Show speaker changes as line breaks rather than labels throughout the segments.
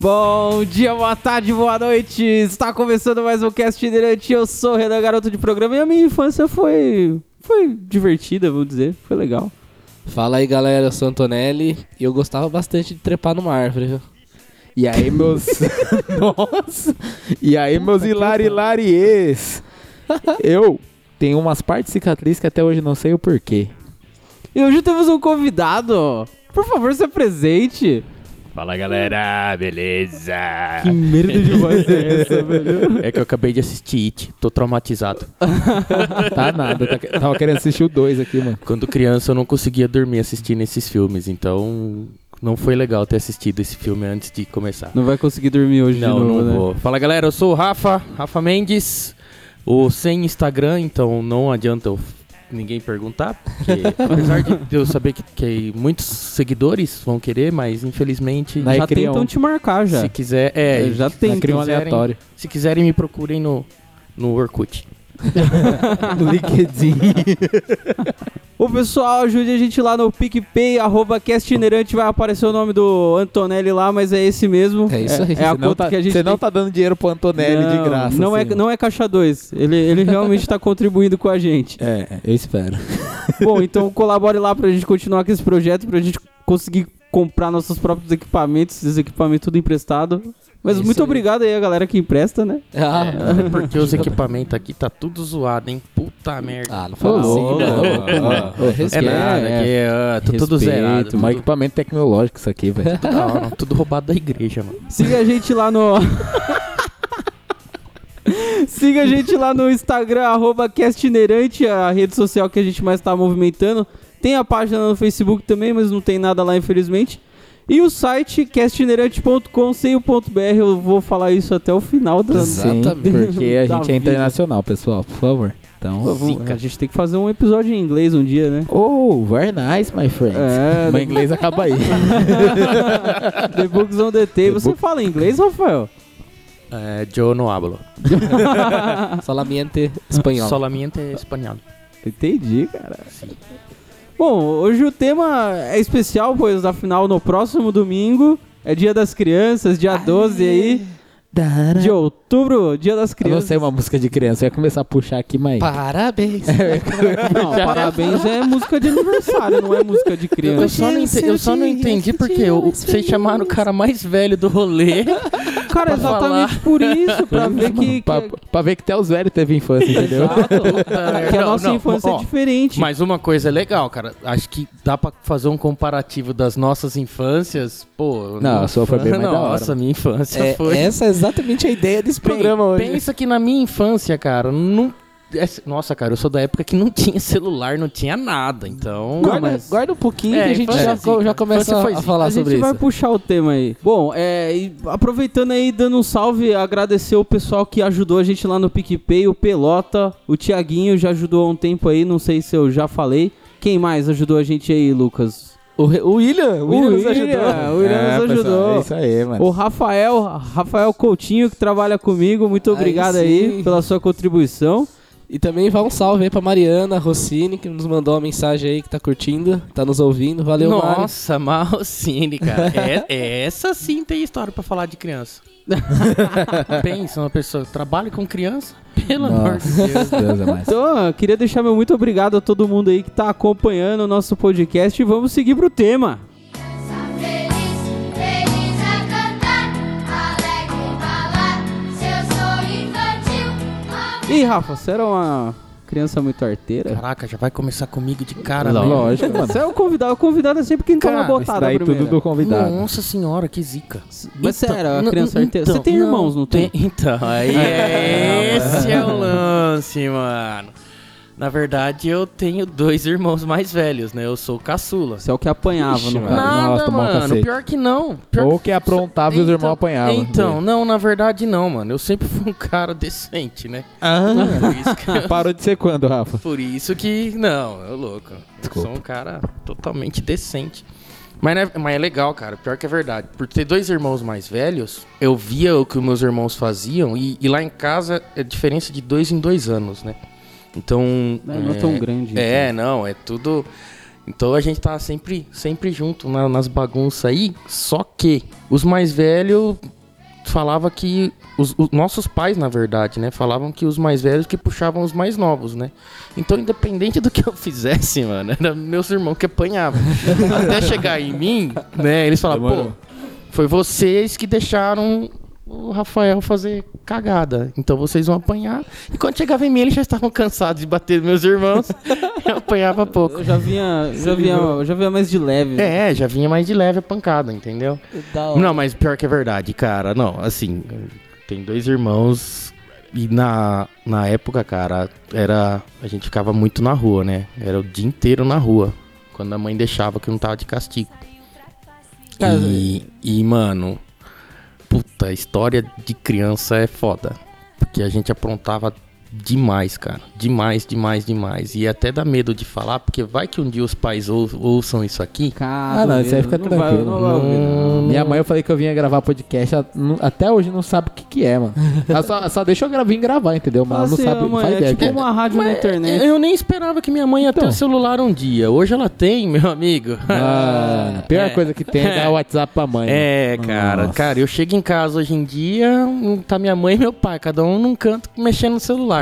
Bom dia, boa tarde, boa noite. Está começando mais um cast itinerante. Eu sou o Renan, garoto de programa, e a minha infância foi foi divertida, vamos dizer, foi legal.
Fala aí galera, eu sou Antonelli e eu gostava bastante de trepar numa árvore. viu?
E aí, meus. Nossa! E aí, meus hilari-lariês! Eu tenho umas partes cicatrizes que até hoje não sei o porquê.
E hoje temos um convidado. Por favor, se apresente.
Fala galera, beleza?
Que merda de voz é essa, velho?
É que eu acabei de assistir It, tô traumatizado.
Tá nada, tá- tava querendo assistir o 2 aqui, mano.
Quando criança eu não conseguia dormir assistindo esses filmes, então não foi legal ter assistido esse filme antes de começar.
Não vai conseguir dormir hoje
Não,
de novo,
não
né?
vou. Fala galera, eu sou o Rafa, Rafa Mendes, o sem Instagram, então não adianta eu- ninguém perguntar, porque apesar de eu saber que, que muitos seguidores vão querer, mas infelizmente tipo,
Na
Já
Criam.
tentam te marcar já.
se quiser, é,
já tem.
Cria um
quiserem-
aleatório.
se quiserem me procurem no no Orkut.
LinkedIn.
Ô pessoal, ajude a gente lá no PicPay, arroba cast itinerante, vai aparecer o nome do Antonelli lá, mas é esse mesmo.
É isso aí,
É, a
Você não,
conta
tá,
que a gente
você não
tem.
tá dando dinheiro pro Antonelli
não,
de graça.
Não,
assim.
é, não é caixa 2, ele, ele realmente tá contribuindo com a gente.
É, eu espero.
Bom, então colabore lá pra gente continuar com esse projeto, pra gente conseguir comprar nossos próprios equipamentos, esses equipamentos tudo emprestado. Mas
É Isso
muito
aí.
obrigado aí a galera que empresta, né?
Ah,
É, porque os equipamentos aqui tá tudo zoado, hein? Puta merda.
ah, não fala
Ô,
assim, né?
louco,
Ah, ah,
é
respeita.
nada, aqui é, ah, tá tudo
Respeito,
zerado.
Mó
Tudo,
equipamento tecnológico isso aqui, velho.
da hora, tudo roubado da igreja, mano.
Siga a gente lá no. Siga a gente lá no Instagram, arroba Castinerante, a rede social que a gente mais tá movimentando. Tem a página no Facebook também, mas não tem nada lá, infelizmente. E o site castinerante.com, sem o ponto .br, eu vou falar isso até o final da...
Exatamente.
Porque a
Da
gente
vida.
é internacional, pessoal, por favor. Então.
Vamos- A gente tem que fazer um episódio em inglês um dia, né?
Oh, very nice, my friend.
É,
Meu inglês acaba aí.
The Books on the Table. Você fala inglês, Rafael?
É, yo no hablo.
Solamente espanhol.
Solamente espanhol.
Entendi, cara. Bom, hoje o tema é especial, pois afinal no próximo domingo é Dia das Crianças, dia 12 aí de outubro, Dia das
Eu não
Crianças.
sei uma música de criança, eu ia começar a puxar aqui, mas.
Parabéns.
Não, parabéns é música de aniversário, não é música de
Eu
criança.
só não entendi, eu só não entendi porque eu- vocês chamaram o cara mais velho do rolê.
Cara,
pra
exatamente por isso, pra
um
ver que,
pra,
que,
pra ver que até os velhos teve infância, entendeu?
que a nossa infância é diferente.
Mas uma coisa é legal, cara. Acho que dá pra fazer um comparativo das nossas infâncias. Pô,
Não, a sua foi bem mais da hora.
Nossa, minha infância
É,
foi.
essa é exatamente a ideia desse
Bem,
programa hoje.
Pensa que na minha infância, cara, não. essa- Nossa, cara, eu sou da época que não tinha celular, não tinha nada, então.
Guarda-
guarda um pouquinho
É,
que a gente
infância
já,
é zica.
já começa
Infância foi
a
zica.
falar
a gente
sobre
vai
isso.
puxar o tema aí. Bom, é, e aproveitando aí, dando um salve, agradecer o pessoal que ajudou a gente lá no PicPay, o Pelota, o Tiaguinho já ajudou há um tempo aí, não sei se eu já falei. Quem mais ajudou a gente aí, Lucas?
O, re- o William, o William nos
William,
ajudou.
o William
É,
nos
pessoal,
né, ajudou.
é isso aí, mano.
O Rafael, Rafael Coutinho, que trabalha comigo, muito
Aí
obrigado aí,
sim.
pela sua contribuição.
E também vai um salve aí pra Mariana Rossini, que nos mandou uma mensagem aí que tá curtindo, tá nos ouvindo. Valeu, Mari.
Nossa, Marrocine, cara. É- essa sim tem história pra falar de criança. Pensa, uma pessoa que trabalha com criança, pelo amor de Deus.
Meu Deus, é mais.
Então, eu queria deixar meu muito obrigado a todo mundo aí que tá acompanhando o nosso podcast e vamos seguir pro tema.
Feliz, feliz é cantar, alegre falar, seu sou infantil.
Ih, Rafa, você era uma criança muito arteira?
Caraca, já vai começar comigo de cara, né?
Lógico, mano.
Você é o convidado, o convidado é sempre quem toma
Cara,
botada
Isso daí
primeiro.
tudo do convidado.
Nossa senhora, que zica.
Mas você
Então,
era uma
n-
criança
n-
arteira?
então,
você tem irmãos, não tem? Ah,
Então, aí é esse é o lance, mano. Na verdade, eu tenho dois irmãos mais velhos, né? Eu sou o caçula.
Você é o que apanhava
Ixi,
no
mano.
caso.
Nada,
nossa, tomar um
mano.
cacete.
Pior que não. Pior
Ou que aprontava e os irmãos apanhavam.
Então, não, na verdade não, mano. Eu sempre fui um cara decente, né?
Ah.
Por isso
né?
que,
Parou de ser quando, Rafa?
por isso que não, eu louco.
Desculpa.
Eu sou um cara totalmente decente. Mas, né, mas é legal, cara. Pior que é verdade. Por ter dois irmãos mais velhos, eu via o que os meus irmãos faziam. E, e lá em casa é diferença de dois em dois anos, né? Então.
Não é tão grande.
É, não, é tudo. Então a gente tá sempre, sempre junto na- nas bagunças aí. Só que os mais velhos falava que os, os nossos pais, na verdade, né, falavam que os mais velhos que puxavam os mais novos, né? Então, independente do que eu fizesse, mano, era meus irmãos que apanhavam. Até chegar em mim, né, eles falavam, pô,
Demorou.
foi vocês que deixaram o Rafael fazer cagada. Então vocês vão apanhar. E quando chegava em mim, eles já estavam cansados de bater nos meus irmãos. eu apanhava pouco.
Eu já vinha, já vinha, já vinha mais de leve.
É, já vinha mais de leve a pancada, entendeu?
Da hora.
Não, mas pior que é verdade, cara. Não, assim, tem dois irmãos e na, na época, cara, era a gente ficava muito na rua, né? Era o dia inteiro na rua, quando a mãe deixava que eu não tava de castigo.
Cara,
E, e, mano, puta, a história de criança é foda, porque a gente aprontava demais, cara. Demais, demais, demais. E até dá medo de falar, porque vai que um dia os pais ou- ouçam isso aqui.
Cara,
Ah, não, isso aí
mesmo.
fica
não vai-
tranquilo.
não vai ouvir, não.
Minha mãe, eu falei que eu vinha gravar podcast, ela nu- até hoje não sabe o que que é, mano. Ela só, só deixa eu gra- vir gravar, entendeu? Mas
Fala
ela não
assim,
sabe,
ah,
não
mãe,
faz
é
ideia. o que
tipo
é.
uma rádio na internet.
Eu nem esperava que minha mãe ia ter
Então.
o celular um dia. Hoje ela tem, meu amigo.
Mano, Ah, a pior
É.
coisa que tem é dar WhatsApp pra mãe. né?
É, cara.
Nossa.
Cara, eu chego em casa hoje em dia, tá minha mãe e meu pai, cada um num canto mexendo no celular.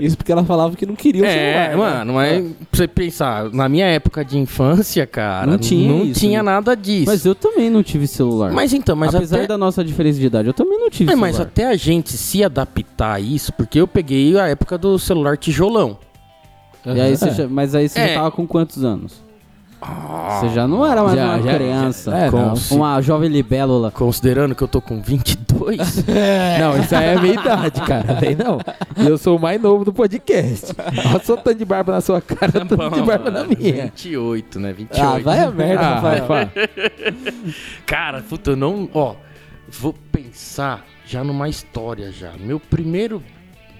Isso porque ela falava que não queria o celular.
É,
né?
mano, mas pra você pensar, na minha época de infância, cara,
Não tinha
não
isso,
tinha
né?
nada disso.
Mas
Mas,
eu também não tive celular.
então, mas
Apesar
até...
da nossa diferença de idade, eu também não tive
É,
celular.
mas até a gente se adaptar a isso, porque eu peguei a época do celular tijolão.
E aí você
É. Ah.
já- mas aí você
É.
já tava com quantos anos? Você já não era mais
Já,
uma
já, já.
criança.
É,
Com-
não.
Uma jovem libélula.
Considerando que eu tô com 22,
Não, isso aí é minha idade, cara. Aí não. E eu sou o mais novo do podcast. Olha só o tanto de barba na sua cara,
Tá
tanto
bom,
de barba na
mano.
minha.
28, né? 28.
Ah, vai a merda,
Ah,
Rafael.
Rafa.
Cara, puta, eu não. Ó, vou pensar já numa história já. Meu primeiro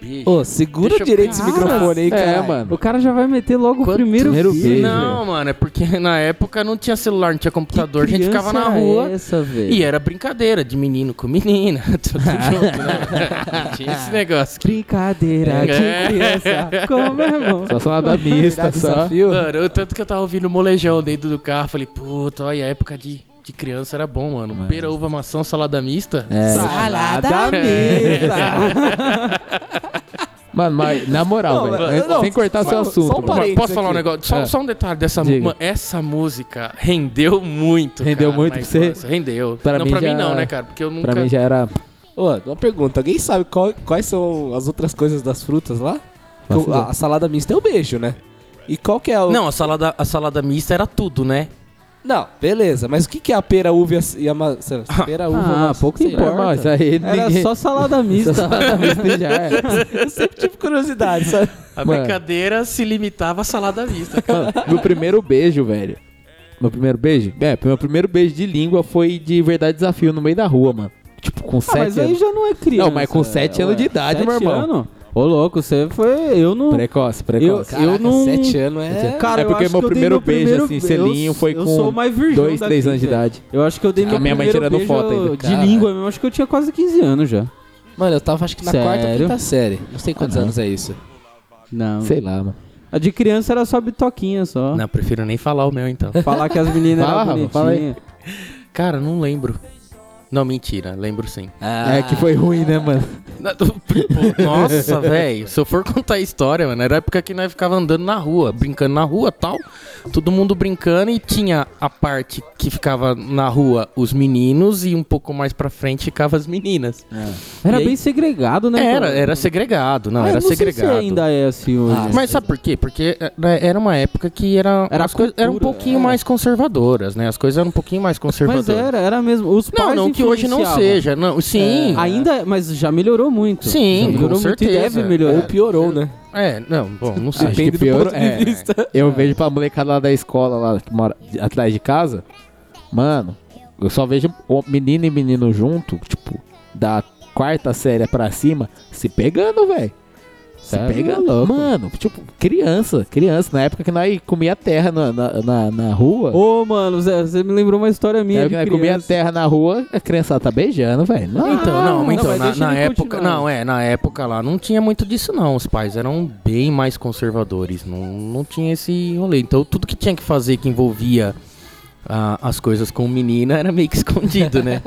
beijo.
Ô, segura
Deixa eu-
direito esse
Cara,
microfone aí, cara.
É, mano.
O cara já vai meter logo o
Quanto-
primeiro,
Primeiro beijo.
Não, mano, é porque na época não tinha celular, não tinha
Que
computador, a gente
criança
ficava na
era
é
rua.
Essa, velho?
E era brincadeira de menino com menina, tudo junto, né? Não tinha esse negócio.
Brincadeira
É.
de criança. Como é, irmão?
Só sou nada mista, só.
Desafio.
Mano, eu- tanto que eu tava ouvindo o molejão dentro do carro, falei, puta, olha, a época de, de criança era bom, mano. Pera, uva, maçã, salada mista.
É.
Salada mesa.
Mano, mas na moral, velho. antes- Sem cortar seu assunto.
só um
mano.
parênteses
Posso falar um
aqui.
negócio? Só,
É.
só um detalhe dessa
Diga.
música. Essa música rendeu muito.
Rendeu
cara,
muito
mas,
pra você?
nossa, rendeu.
Pra
não,
mim
pra
já-
mim não, né, cara? Porque eu nunca.
Pra mim já era.
Ô, uma pergunta. Alguém sabe qual- quais são as outras coisas das frutas lá?
Faço
O- a,
ideia.
a salada mista é o beijo, né? E qual que é o...
Não, a salada, a salada mista era tudo, né?
Não, beleza. Mas o que que é a pera, uva e a, e a maçã? Pera, uva,
Ah,
maçã,
pouco
sei lá.
importa.
Irmão, isso aí
Era
ninguém. é tá
só salada mista.
Nada mista já é. era.
Eu sempre tive curiosidade, sabe?
A
Mano.
brincadeira se limitava à salada mista.
Mano, meu primeiro beijo, velho. Meu primeiro beijo? É, meu primeiro beijo de língua foi de verdade desafio no meio da rua, mano. Tipo, com
Ah, mas
sete
aí
anos.
já não é criança.
Não, mas com sete
é,
anos de
ué.
idade, meu
Sete
irmão.
anos? Ô, louco, você foi... Eu não...
Precoce, precoce.
Eu não-
sete anos é...
Cara,
É porque
eu acho
meu
que eu dei
primeiro beijo, assim,
be-
selinho,
eu-
foi
eu
com
sou o mais virgão
Dois,
daqui,
três anos de
velho.
idade.
Eu acho que eu dei
Ah,
meu
minha mãe
primeiro beijo
tirando foto ainda.
de
Caralho.
língua mesmo. Acho que eu tinha quase 15 anos já.
Mano, eu tava acho que na quarta ou
Sério?
quinta série. Não sei quantos
Ah, não.
anos é isso.
Não.
Sei lá, mano.
A de criança era só bitoquinha, só.
Não, prefiro nem falar o meu então.
Falar que as meninas
Fala,
eram
Rafa, fala aí.
bonitinhas.
Cara, não lembro. Não, mentira, lembro sim.
Ah,
É que foi ruim, né, mano?
Na- do- pô, Nossa, velho. Se eu for contar a história, mano, era a época que nós ficava andando na rua, brincando na rua tal. Todo mundo brincando e tinha a parte que ficava na rua os meninos e um pouco mais pra frente ficava as meninas.
Era
E aí-
bem segregado, né?
Era,
cara?
era segregado, não,
Ah, eu
era
não sei
segregado.
Se ainda é assim hoje.
Ah,
Mas sabe por quê? Porque era- era uma época que era,
Era
as coisas eram um
cultura,
pouquinho
é.
mais conservadoras, né? As coisas eram um pouquinho mais
Mas
conservadoras.
era, era mesmo. Os
Não,
pais
não que hoje não
influenciavam. É,
seja, não. Sim.
Ainda, mas já melhorou muito.
Sim,
já
com
melhorou muito e
certeza.
deve
Ou
melhorar.
piorou, né?
É, não, bom, não sei.
Acho que pior é.
vista.
Eu vejo pra molecada lá da escola, lá que mora de- atrás de casa. Mano, eu só vejo o menino e menino junto, tipo, da quarta série pra cima, se pegando, velho. Você
Tá
pega.
louco.
Mano, tipo, criança, criança, na época que nós comia terra na, na, na- na rua.
Ô, mano, Zé, você me lembrou uma história
na
minha.
época
de
que nós comia
criança.
terra na rua, a criançada tá beijando, velho. Não,
Então,
não,
não, então,
mas
na,
deixa
na
ele
época.
continuar.
Não, é, na época lá não tinha muito disso, não. Os pais eram bem mais conservadores. Não, não tinha esse rolê. Então, tudo que tinha que fazer que envolvia ah, as coisas com menina era meio que escondido, né?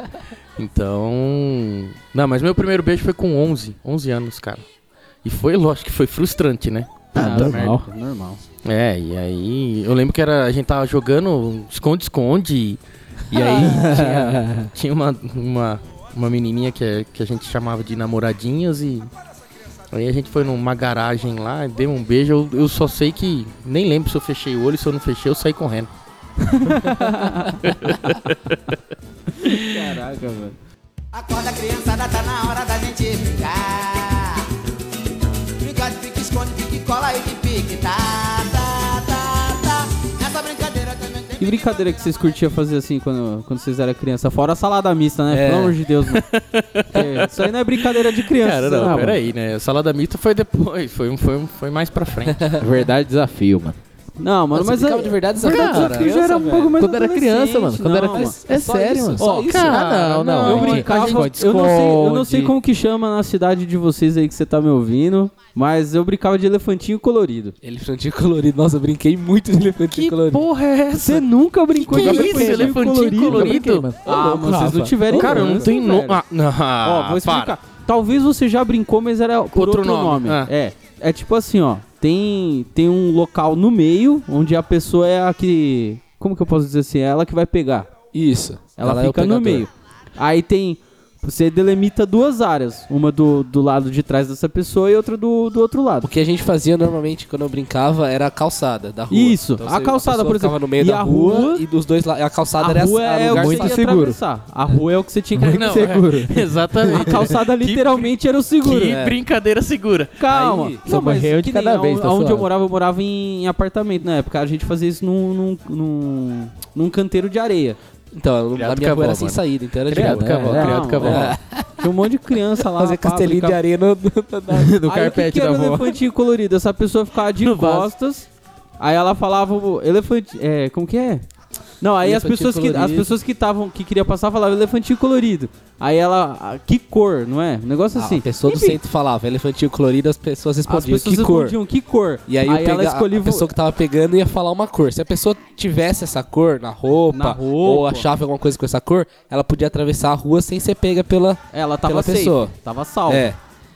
Então. Não, mas meu primeiro beijo foi com 11. 11 anos, cara. E foi, lógico que foi frustrante, né?
Ah,
Puta
normal.
merda, normal.
É, e aí. Eu lembro que era, a gente tava jogando esconde-esconde. E aí tinha, tinha uma, uma, uma menininha que, é- que a gente chamava de namoradinhas. E aí a gente foi numa garagem lá, deu um beijo. Eu, eu só sei que. Nem lembro se eu fechei o olho, se eu não fechei, eu saí correndo.
Caraca, velho.
Acorda criançada, tá na hora da gente brincar. Brincar de pique, esconde, pique, cola e que pique, tá, tá, tá, tá. Nessa brincadeira também tem
Que brincadeira que vocês curtiam fazer assim quando, quando vocês eram criança? Fora a salada mista, né?
É.
Pelo amor de Deus, mano. Porque isso aí não é brincadeira de criança.
Cara,
né,
não,
mano?
peraí, né? Salada mista foi depois, foi, um- foi, um- foi mais pra frente.
Verdade, desafio, mano.
Não, mano,
Você
mas
brincava
aí-
de verdade,
Verdade,
desafio,
desafio
é cara? é.
já era um
Criança,
pouco mais
Quando era criança, mano.
adolescente,
Quando era
não,
criança.
mano.
É
Só
sério,
isso,
mano.
só
Ó,
isso.
cara, Ah, não, não.
Eu
mano.
brincava,
Esconde,
eu não sei, eu não
esconde.
sei como que chama na cidade de vocês aí que você tá me ouvindo, mas eu brincava de elefantinho colorido.
Elefantinho colorido. Nossa, eu brinquei muito de elefantinho colorido.
porra é
Você nunca brincou de
que é isso?
elefantinho
Elefantinho
colorido?
colorido?
Brinquei, mano. Ô,
Ah,
louco,
mano, vocês
Rafa.
não tiveram
Cara, eu não
criança,
tenho nome.
velho.
Ah, ah,
Ó, vou
para.
explicar. Talvez você já brincou, mas era por outro,
Outro nome,
nome.
ah.
É. É tipo assim, ó. Tem, tem um local no meio onde a pessoa é a que. Como que eu posso dizer assim? É ela que vai pegar.
Isso.
Ela,
é o
fica no
pegador.
meio. Aí tem. Você delimita duas áreas. Uma do, do lado de trás dessa pessoa e outra do, do outro lado.
O que a gente fazia normalmente quando eu brincava era a calçada da rua.
Isso,
Então,
a
você-
calçada,
pessoa
por exemplo.
ficava no meio
E
da
a
rua,
rua-
e dos dois lados. A calçada
A
era
rua
a
é o
lugar
que
muito
você ia
seguro.
atravessar. A rua é o que você tinha que atravessar.
Não,
seguro.
é,
A
exatamente.
calçada literalmente era o seguro.
Que
É.
brincadeira segura.
Calma.
Aí,
só morreu de
que nem
cada
aon-
vez, tá
Aonde
suave.
eu morava, eu morava em apartamento na época. A gente fazia isso num, num, num, num canteiro de areia.
Então, a
Criado
minha
com a
rua era
avó,
sem
mano.
saída, então era de
Criado
boa.
com a avó,
É.
criado
Não,
com a avó.
é. Tinha um monte de criança lá.
Fazer
pá,
castelinho de
brincava.
areia no, no-
No
Aí, o que
carpete
que
da
era o
avó.
elefantinho colorido? Essa pessoa ficava de
No vaso.
costas. Aí ela falava o elefante, é, como que é? Não, aí as
Elefantinho
pessoas que as
colorido.
pessoas que estavam que queria passar falavam elefantinho colorido. Aí ela, ah, que cor, não é? Um negócio assim.
Ah, a pessoa do
Enfim,
centro falava, elefantinho colorido, as pessoas
as
respondiam,
pessoas
que cor?
respondiam que cor.
E aí, eu
ela
pega-
escolhia
a pessoa que tava pegando ia falar uma cor. Se a pessoa tivesse essa cor na roupa,
Na roupa.
ou achava alguma coisa com essa cor, ela podia atravessar a rua sem ser pega pela...
ela tava
pela
safe,
pessoa.
tava salva.
É.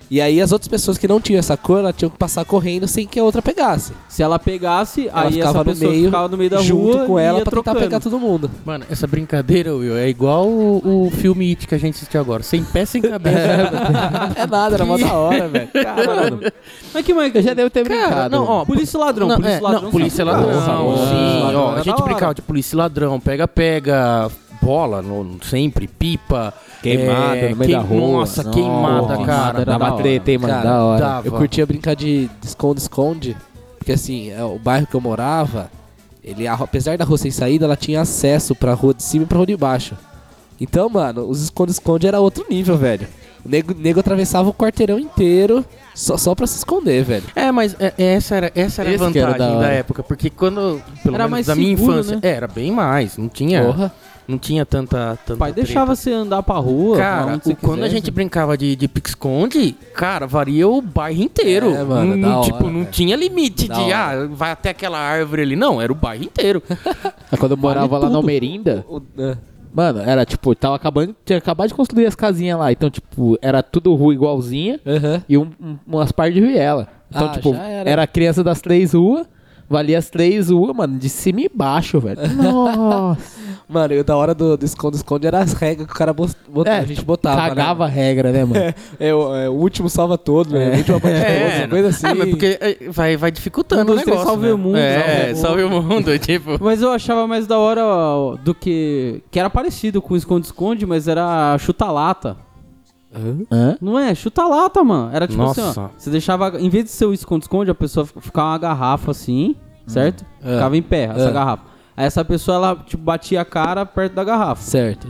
E aí as outras pessoas que não tinham essa cor, elas tinham que passar correndo sem que a outra pegasse.
Se ela pegasse,
Ela
aí
ficava
essa
no
pessoa
meio,
ficava no meio da
junto
rua
com
e
ela
ia
pra
trocando.
tentar pegar todo mundo.
Mano, essa brincadeira, Will, é igual o, o filme It que a gente assistiu agora. Sem pé, sem cabeça.
É nada, era mó da hora, velho.
Caralho. Mas que mais?
Eu já devo ter brincado.
não, ó.
Polícia e ladrão,
Não,
É, polícia
é,
e ladrão.
não, polícia e
sabe?
ladrão.
Porra,
sim,
ladrão
ó,
era
a gente
da hora.
brincava de polícia e ladrão, pega, pega, bola, no, sempre, pipa. é,
Queimada no meio da rua.
Nossa,
Nossa,
queimada,
queimada
cara.
era
Dá
da
uma
hora.
treta, hein, mano.
Cara,
Da hora.
Dava.
Eu curtia brincar de de esconde-esconde, porque assim, é, o bairro que eu morava, ele, a ru- apesar da rua sem saída, ela tinha acesso pra rua de cima e pra rua de baixo. Então, mano, os esconde-esconde era outro nível, velho. O nego, nego atravessava o quarteirão inteiro só, só pra se esconder, velho.
É, mas é- essa era, essa era a
Esse que
vantagem
era da
da,
hora.
época, porque quando, pelo
Era
menos
mais
da minha
seguro,
infância,
né?
é, era bem mais, não tinha,
Porra.
não tinha tanta, tanta
O pai
treta.
deixava você andar pra rua. pra
Cara,
onde você
o- quando a
quisesse.
gente brincava de, de pique-esconde, cara, varia o bairro inteiro.
É, mano,
Não-
da
tipo,
hora,
não
velho.
tinha limite
Da
de,
hora.
ah, vai até aquela árvore ali. Não, era o bairro inteiro.
Aí ah, Quando eu morava lá na Almerinda,
O- é.
mano, era tipo, tava acabando, tinha acabado de construir as casinhas lá. Então, tipo, era tudo rua igualzinha
Aham.
e um- um- umas partes de viela. Então,
Ah,
tipo,
já
era.
era.
a criança das três ruas, valia as três ruas, mano, de cima e baixo, velho. Nossa.
Mano, e o da hora do do esconde-esconde era as regras que o cara bot- bot-
É,
a gente botava. né?
Cagava a regra, né, mano?
É, o, é, o último salva todo,
É.
né? O último abate todos, uma coisa assim.
é, mas porque é, vai, vai dificultando
Um, dois,
o
três,
negócio.
salve
né?
o mundo,
É, salve o mundo, tipo.
Mas eu achava mais da hora ó, do que. Que era parecido com o esconde-esconde, mas era chuta-lata.
Hã?
Não é? Chuta-lata, mano. Era tipo assim, ó.
Nossa.
Você deixava. Em vez de ser o esconde-esconde, a pessoa fi- ficava uma garrafa assim, certo? Ficava em pé, essa
Ah.
garrafa. Aí essa pessoa, ela, tipo, batia a cara perto da garrafa.
Certo.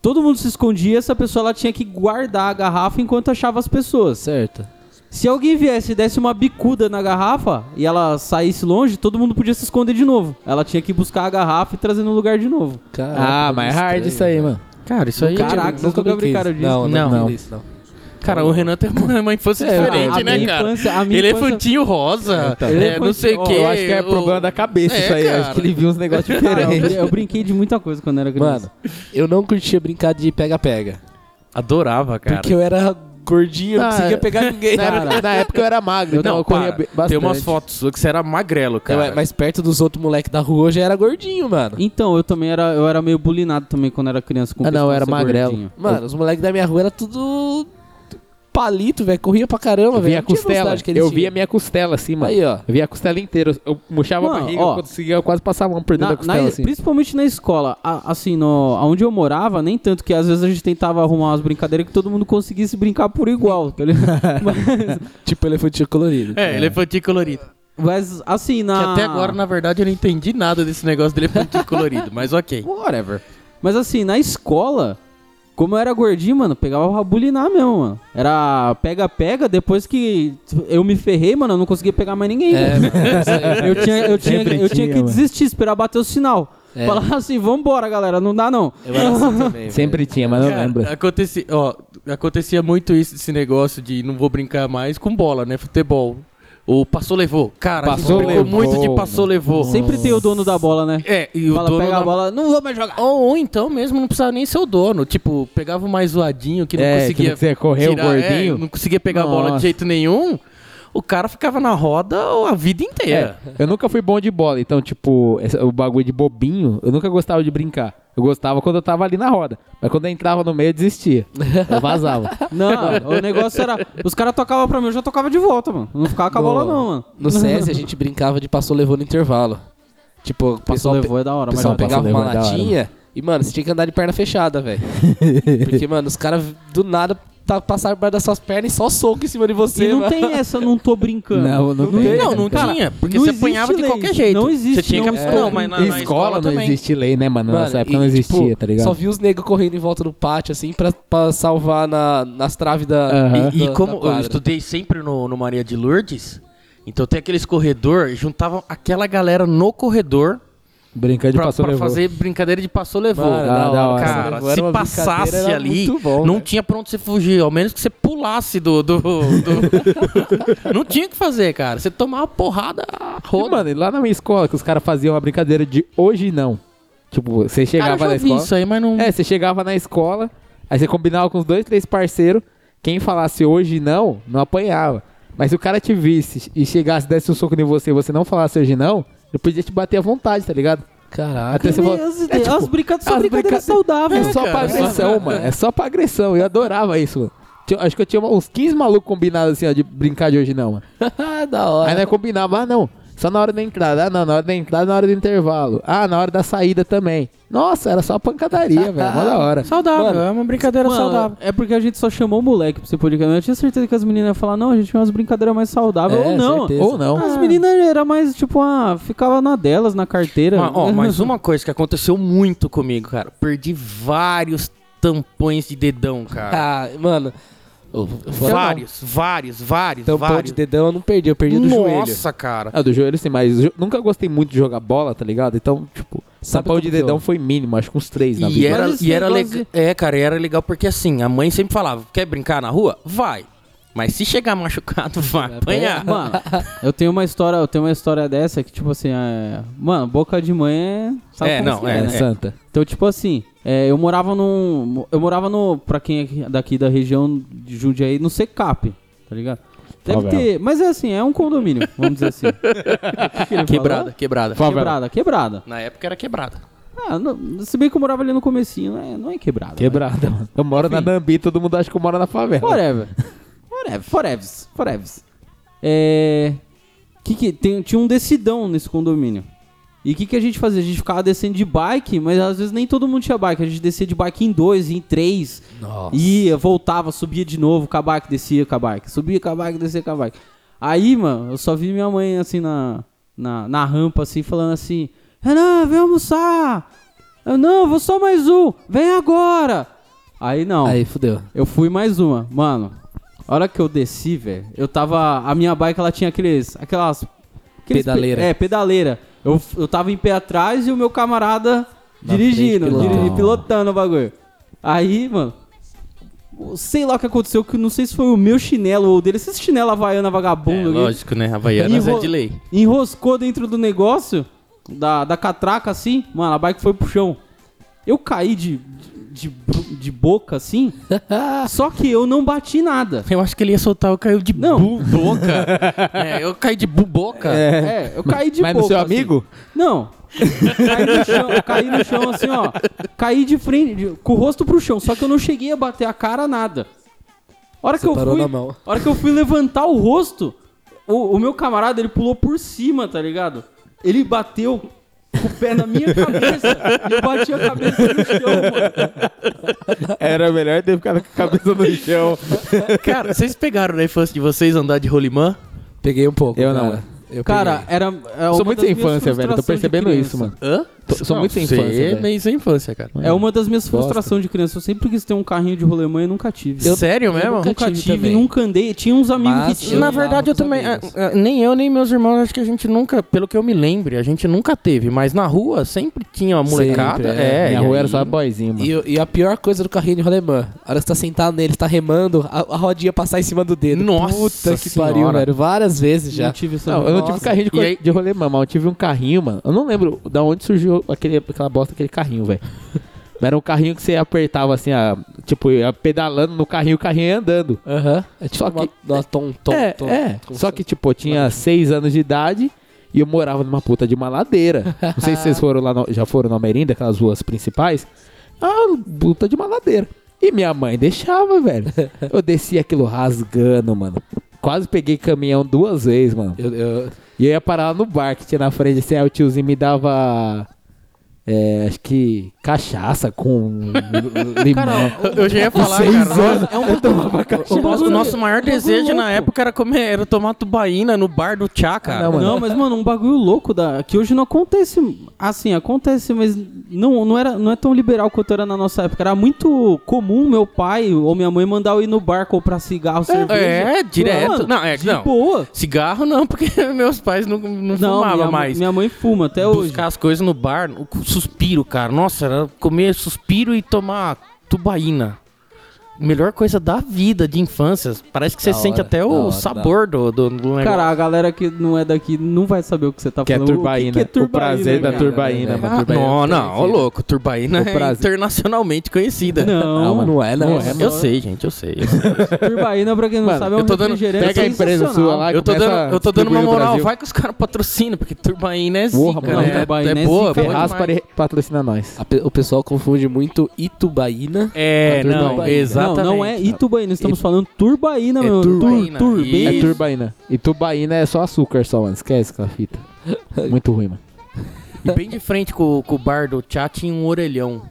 Todo mundo se escondia, essa pessoa, ela tinha que guardar a garrafa enquanto achava as pessoas.
Certo.
Se alguém viesse e desse uma bicuda na garrafa e ela saísse longe, todo mundo podia se esconder de novo. Ela tinha que buscar a garrafa e trazer no lugar de novo.
Caraca,
Ah, mas é hard
estranho,
isso aí, mano.
Cara, isso aí.
Caraca,
tipo,
vocês nunca
brinquei
brincaram
isso.
disso?
Não, não,
Não.
não. é isso, não.
cara, o Renan tem uma uma infância
É,
diferente,
a
né,
minha
cara?
infância- a minha
Elefantinho rosa,
Então.
é, não sei o
Elefantinho-
quê.
Eu acho que é
o-
problema da cabeça
É,
isso aí.
cara.
Acho que ele viu uns negócios
Cara, eu,
diferentes.
brin- eu brinquei de muita coisa quando era criança.
Mano, eu não curtia brincar de pega-pega.
Adorava, cara.
Porque eu era gordinho, eu não
Ah,
conseguia pegar ninguém.
Na, época, na época eu era magro, então
não,
eu corria
para.
be- bastante. é,
Tem umas fotos suas que você era magrelo, cara.
Eu- mas perto dos outros moleques da rua eu já era gordinho, mano.
Então, eu também era, eu era meio bulinado também quando era criança. Com
Ah, não,
questão
eu
de
era
ser
magrelo.
gordinho.
Mano, os moleques da minha rua era tudo palito, velho. Corria pra caramba,
Eu
velho.
via a
Não tinha
costela.
velocidade que eles
Eu
tinham.
via a minha costela assim, mano.
Aí, ó.
Eu via a costela inteira. Eu- Eu murchava
Mano,
a barriga,
ó.
eu conseguia quase passar a mão por dentro
Na-
da costela,
na-
assim.
Principalmente na escola, A- assim, no, onde eu morava, nem tanto que às vezes a gente tentava arrumar umas brincadeiras que todo mundo conseguisse brincar por igual, tá ligado? mas,
Tipo elefantinho colorido.
É, elefantinho colorido.
mas, assim,
Que
Ah.
na.
até agora, na verdade, eu não entendi nada desse negócio do elefantinho colorido, mas ok.
Whatever. Mas assim, na escola, como eu era gordinho, mano, pegava pra bulinar mesmo, mano. Era pega-pega, depois que eu me ferrei, mano, eu não conseguia pegar mais ninguém.
É,
velho.
mano.
Eu tinha, eu tinha,
Sempre
eu tinha
tinha,
que
mano.
desistir, esperar bater o sinal.
É.
Falar assim, vambora, galera, não dá não.
Eu era assim também.
Sempre tinha, mas não
Cara,
lembro.
Acontecia, ó, acontecia muito isso, esse negócio de não vou brincar mais com bola, né? Futebol. O passou, levou. Cara,
Passou,
a gente brincou
levou,
muito de passou, levou.
Sempre tem o dono da bola, né?
É, e o
Fala,
dono
pega
na-
a bola, não vou mais jogar.
Ou, ou então mesmo não precisava nem ser o dono. Tipo, pegava o mais zoadinho que não
É, que
conseguia.
não conseguia correr, o
tirar- é,
gordinho.
não conseguia pegar a bola
Nossa.
de jeito nenhum. O cara ficava na roda a vida inteira.
É, eu nunca fui bom de bola, então, tipo, essa- o bagulho de bobinho, eu nunca gostava de brincar. Eu gostava quando eu tava ali na roda. Mas quando eu entrava no meio, eu desistia. Eu vazava.
Não, o negócio era. Os caras tocavam pra mim, eu já tocava de volta, mano. Não ficava com a
No-
bola, não, mano.
No CS a gente brincava de passou levou no intervalo. Tipo, o
Passou,
pessoal, pe-
levou, é da hora,
o pessoal
mas
pegava
levou
uma
é da hora,
latinha e, mano, você tinha que andar de perna fechada, velho. Porque, mano, os caras do nada tá, passaram por das suas pernas e só soco em cima de você,
E não
mano.
tem essa, não tô brincando.
Não, não tem.
Não, não
Cara,
tinha, porque
não
você
existe
apanhava de
lei.
qualquer jeito.
Não existe,
Você tinha que
não
apanhar.
existe.
Não, mas na, na
escola,
escola
não
também.
existe lei, né, mano? Nessa
Mano,
época
e,
não existia,
tipo,
tá ligado?
Só vi os negros correndo em volta do pátio, assim, pra, pra salvar na, nas traves da.
Aham. Tá
E, e
da- da
como eu
quadra.
estudei sempre no, no Maria de Lourdes, então tem aqueles corredor, juntavam aquela galera no corredor
Brincando de
pra,
passou
pra
levou.
fazer brincadeira de passou levou.
Mano,
Ah, da hora.
Passou,
Cara,
levou, era
se
uma
passasse
brincadeira, era
ali,
muito bom, né?
não
velho.
tinha pra onde você fugir, ao menos que você pulasse do. do- do- não tinha o que fazer, cara. Você tomava porrada a
E,
roda.
mano, e lá na minha escola, que os caras faziam uma brincadeira de hoje não. Tipo, você
cara,
chegava na
eu já vi
escola.
isso um aí, mas não.
É, você chegava na escola, aí você combinava com os dois, três parceiros. Quem falasse hoje não, não apanhava. Mas se o cara te visse e chegasse, desse um soco em você e você não falasse hoje não, ele podia te bater à vontade, tá ligado?
Caraca.
Até você
Nem
fala-
as,
é, tipo,
as brincadeiras são
as
brincadeiras
brinca-
saudáveis.
é só pra
cara,
agressão, mano. É só pra agressão. Eu adorava isso, mano. Tinha- acho que eu tinha uns 15 malucos combinados assim, ó, de brincar de hoje não, mano.
da hora.
Aí nós combinava, ah não, só na hora da entrada, ah não, na hora da entrada, na hora do intervalo, ah, na hora da saída também. Nossa, era só pancadaria, velho, mó da hora.
Saudável, é uma brincadeira
Mano,
saudável.
É porque a gente só chamou o moleque pra você podcast. Eu tinha certeza que as meninas iam falar, não, a gente tinha umas brincadeiras mais saudáveis.
É,
Ou não. Então,
certeza.
Ou não.
As meninas era mais, tipo, ah, ficava na delas, na
então.
carteira.
Mas, ó, mas uma coisa que aconteceu muito comigo, cara. Perdi vários tampões de dedão, cara.
Ah, mano. eu- eu vou- um
vários, vários, vários,
Ah, Tampão
vários.
de dedão eu não perdi, eu perdi do
Nossa,
joelho.
cara.
Ah, do joelho sim, mas jo- nunca gostei muito de jogar bola, tá ligado? Então, tipo,
Sabe
sapão de
como que
dedão
eu-
foi mínimo, acho que uns três na
E
vida.
era,
Mas esse
e era
negócio
legal. É, cara, e era legal porque assim, a mãe sempre falava: quer brincar na rua? Vai. Mas se chegar machucado, vai apanhar.
É, Mano, eu tenho uma história, eu tenho uma história dessa que, tipo assim, é... mano, boca de mãe é.
É,
como
não,
que
é,
né?
é.
Santa.
Então, tipo assim, é, eu morava num. Eu morava no. Pra quem é daqui da região de Jundiaí, no CECAP, tá ligado? Deve
Favela.
ter. Mas é assim, é um condomínio, vamos dizer assim. O que ele
Quebrada, quebrada.
falou? Quebrada,
Favela.
quebrada.
Na época era quebrada.
Ah, não- se bem que eu morava ali no comecinho, não é, não é quebrada.
Quebrada, mano. Eu moro na Nambi, todo mundo acha que eu moro na
mas-
favela.
Whatever. Whatever, forevs, forevs. É. Que que, tem, tinha um descidão nesse condomínio. E o que, que a gente fazia? A gente ficava descendo de bike, mas às vezes nem todo mundo tinha bike. A gente descia de bike em dois, em três.
Nossa.
Ia, voltava, subia de novo, com a bike, descia com a bike. Subia com a bike, descia com a bike. Aí, mano, eu só vi minha mãe, assim, na, na, na rampa, assim, falando assim... Renan, vem almoçar! Eu, não, vou só mais um! Vem agora! Aí, não.
Aí, fudeu.
Eu fui mais uma. Mano, A hora que eu desci, velho, eu tava. A minha bike ela tinha aqueles. Aquelas. aqueles pe-
Pedaleira.
É, pedaleira. Eu, eu tava em pé atrás e o meu camarada
Na
dirigindo,
frente, pilotando.
diri- pilotando o bagulho. Aí, mano. Sei lá o que aconteceu, que eu não sei se foi o meu chinelo ou o dele, esses chinelo havaiana
É,
vagabundo. aqui.
lógico, né? Havaianas
Enro-
é de lei.
Enroscou dentro do negócio, da, da catraca assim, mano, a bike foi pro chão. Eu caí de, de, de- de boca assim, só que eu não bati nada.
Eu acho que ele ia soltar, eu caiu de
Não.
bu- boca. é, eu caí de buboca.
É, eu caí de
Mas
boca.
no seu
assim.
amigo?
Não. Caí no chão, eu caí no chão assim, ó. Caí de frente, de- com o rosto pro chão, só que eu não cheguei a bater a cara nada. A hora que eu
parou
fui,
na mão.
a hora que eu fui levantar o rosto, o, o meu camarada, ele pulou por cima, tá ligado? Ele bateu com o pé na minha cabeça e bateu a cabeça no chão, mano.
Era melhor ter ficado com a cabeça no chão.
Cara, vocês pegaram na infância de vocês andar de rolimã?
Peguei um pouco.
Eu não,
Cara, eu
Cara,
peguei.
era. É uma
Sou muito
das
sem
minhas
infância, velho. Tô
frustrações de
percebendo
criança.
isso, mano.
Hã?
Tô- sou muito sem infância,
Você é
velho.
meio sem infância, cara.
É uma das minhas
Bosta.
frustrações de criança. Eu sempre quis ter um carrinho de rolemã e nunca tive.
Sério mesmo?
nunca
nunca
tive
tive,
também.
nunca andei. Tinha uns amigos
Mas
que
eu-
tinham.
Na
andava
verdade, eu
com os
também.
amigos.
ah, ah, Nem eu, nem meus irmãos, acho que a gente nunca, pelo que eu me lembre, a gente nunca teve. Mas na rua sempre tinha uma
Sempre,
molecada.
é.
é,
Minha
e
rua
aí-
era só boyzinho, mano.
E, o- e a pior coisa do carrinho de rolemã, a hora que você tá sentado nele, você tá remando, a, a rodinha passar em cima do dedo.
Nossa
Puta que pariu,
senhora.
velho. Várias vezes já.
Não tive essa
Não, eu não tive carrinho de,
E
co-
aí-
de rolemã, mas eu tive um carrinho, mano. Eu não lembro da onde surgiu aquele, aquela bosta, aquele carrinho, velho. Mas era um carrinho que você apertava assim, a, tipo, ia pedalando no carrinho, o carrinho ia andando.
Aham. É
Só
tipo uma,
que-
uma tom, tom,
é,
tom,
é.
tom.
Só que, tipo, eu tinha seis anos de idade e eu morava numa puta de uma ladeira. Não sei se vocês foram lá, no- já foram na Merinda, aquelas ruas principais. Ah, puta de uma ladeira. E minha mãe deixava, velho. Eu descia aquilo rasgando, mano. Quase peguei caminhão duas vezes, mano.
Eu, eu-
E eu ia parar lá no bar que tinha na frente, assim, aí o tiozinho me dava. É, acho que cachaça com limão.
Eu já ia falar,
seis
cara.
anos, é um eu tomava
O
cachaça.
nosso, o nosso maior desejo na época era comer, era tomar tubaína no bar do Tchá, cara.
Não, mano.
Não, mas, mano, um bagulho louco da, que hoje não acontece. Assim, acontece, mas não, não, era, não é tão liberal quanto era na nossa época. Era muito comum meu pai ou minha mãe mandar eu ir no bar comprar cigarro, cerveja.
é, direto.
Mano,
Não, é,
de
não.
boa.
Cigarro não, porque meus pais não,
Não,
não,
minha,
fumavam
mãe-
mais.
minha mãe fuma até
um
hoje.
Buscar as coisas no bar, o suspiro, cara. Nossa, era comer suspiro e tomar tubaína. Melhor coisa da vida, de infância. Parece que você
Da
sente
hora,
até
da
o
hora,
sabor do, do, do negócio.
Cara, a galera que não é daqui não vai saber o que você tá
Que é
falando. O
turbaína.
que, que é
O prazer da
cara?
turbaína,
mano.
né, mano.
Ah, não,
Turbaína
não, ô louco, turbaína
O
é
prazer.
internacionalmente conhecida.
Não,
Não, não é, não.
Não
é,
é,
mano.
Eu sei, gente, eu sei. Eu, sei.
turbaína, pra quem não
Mano,
sabe, é um
eu tô dando-
refrigerante
Pega a empresa
sensacional.
sua lá e
eu tô
começa
dando,
a
eu tô dando uma
distribuir no
moral,
Brasil.
vai que os caras patrocinam, porque turbaína é zica,
Porra, mano,
né?
turbaína
é,
é
boa,
zica,
boa
Ferraz
demais.
pare- patrocina nós.
A pe- o pessoal confunde muito Itubaína.
É,
com a
não,
turbaína.
exatamente.
Não, não é Itubaína, estamos
Itu-
falando Turbaína,
É
meu.
turbaína,
Tur,
isso.
turbaína.
É turbaína. E tubaína é só açúcar só, mano. Esquece aquela fita. Muito ruim, mano.
E bem de frente com, com o bar do Tchá tinha um orelhão.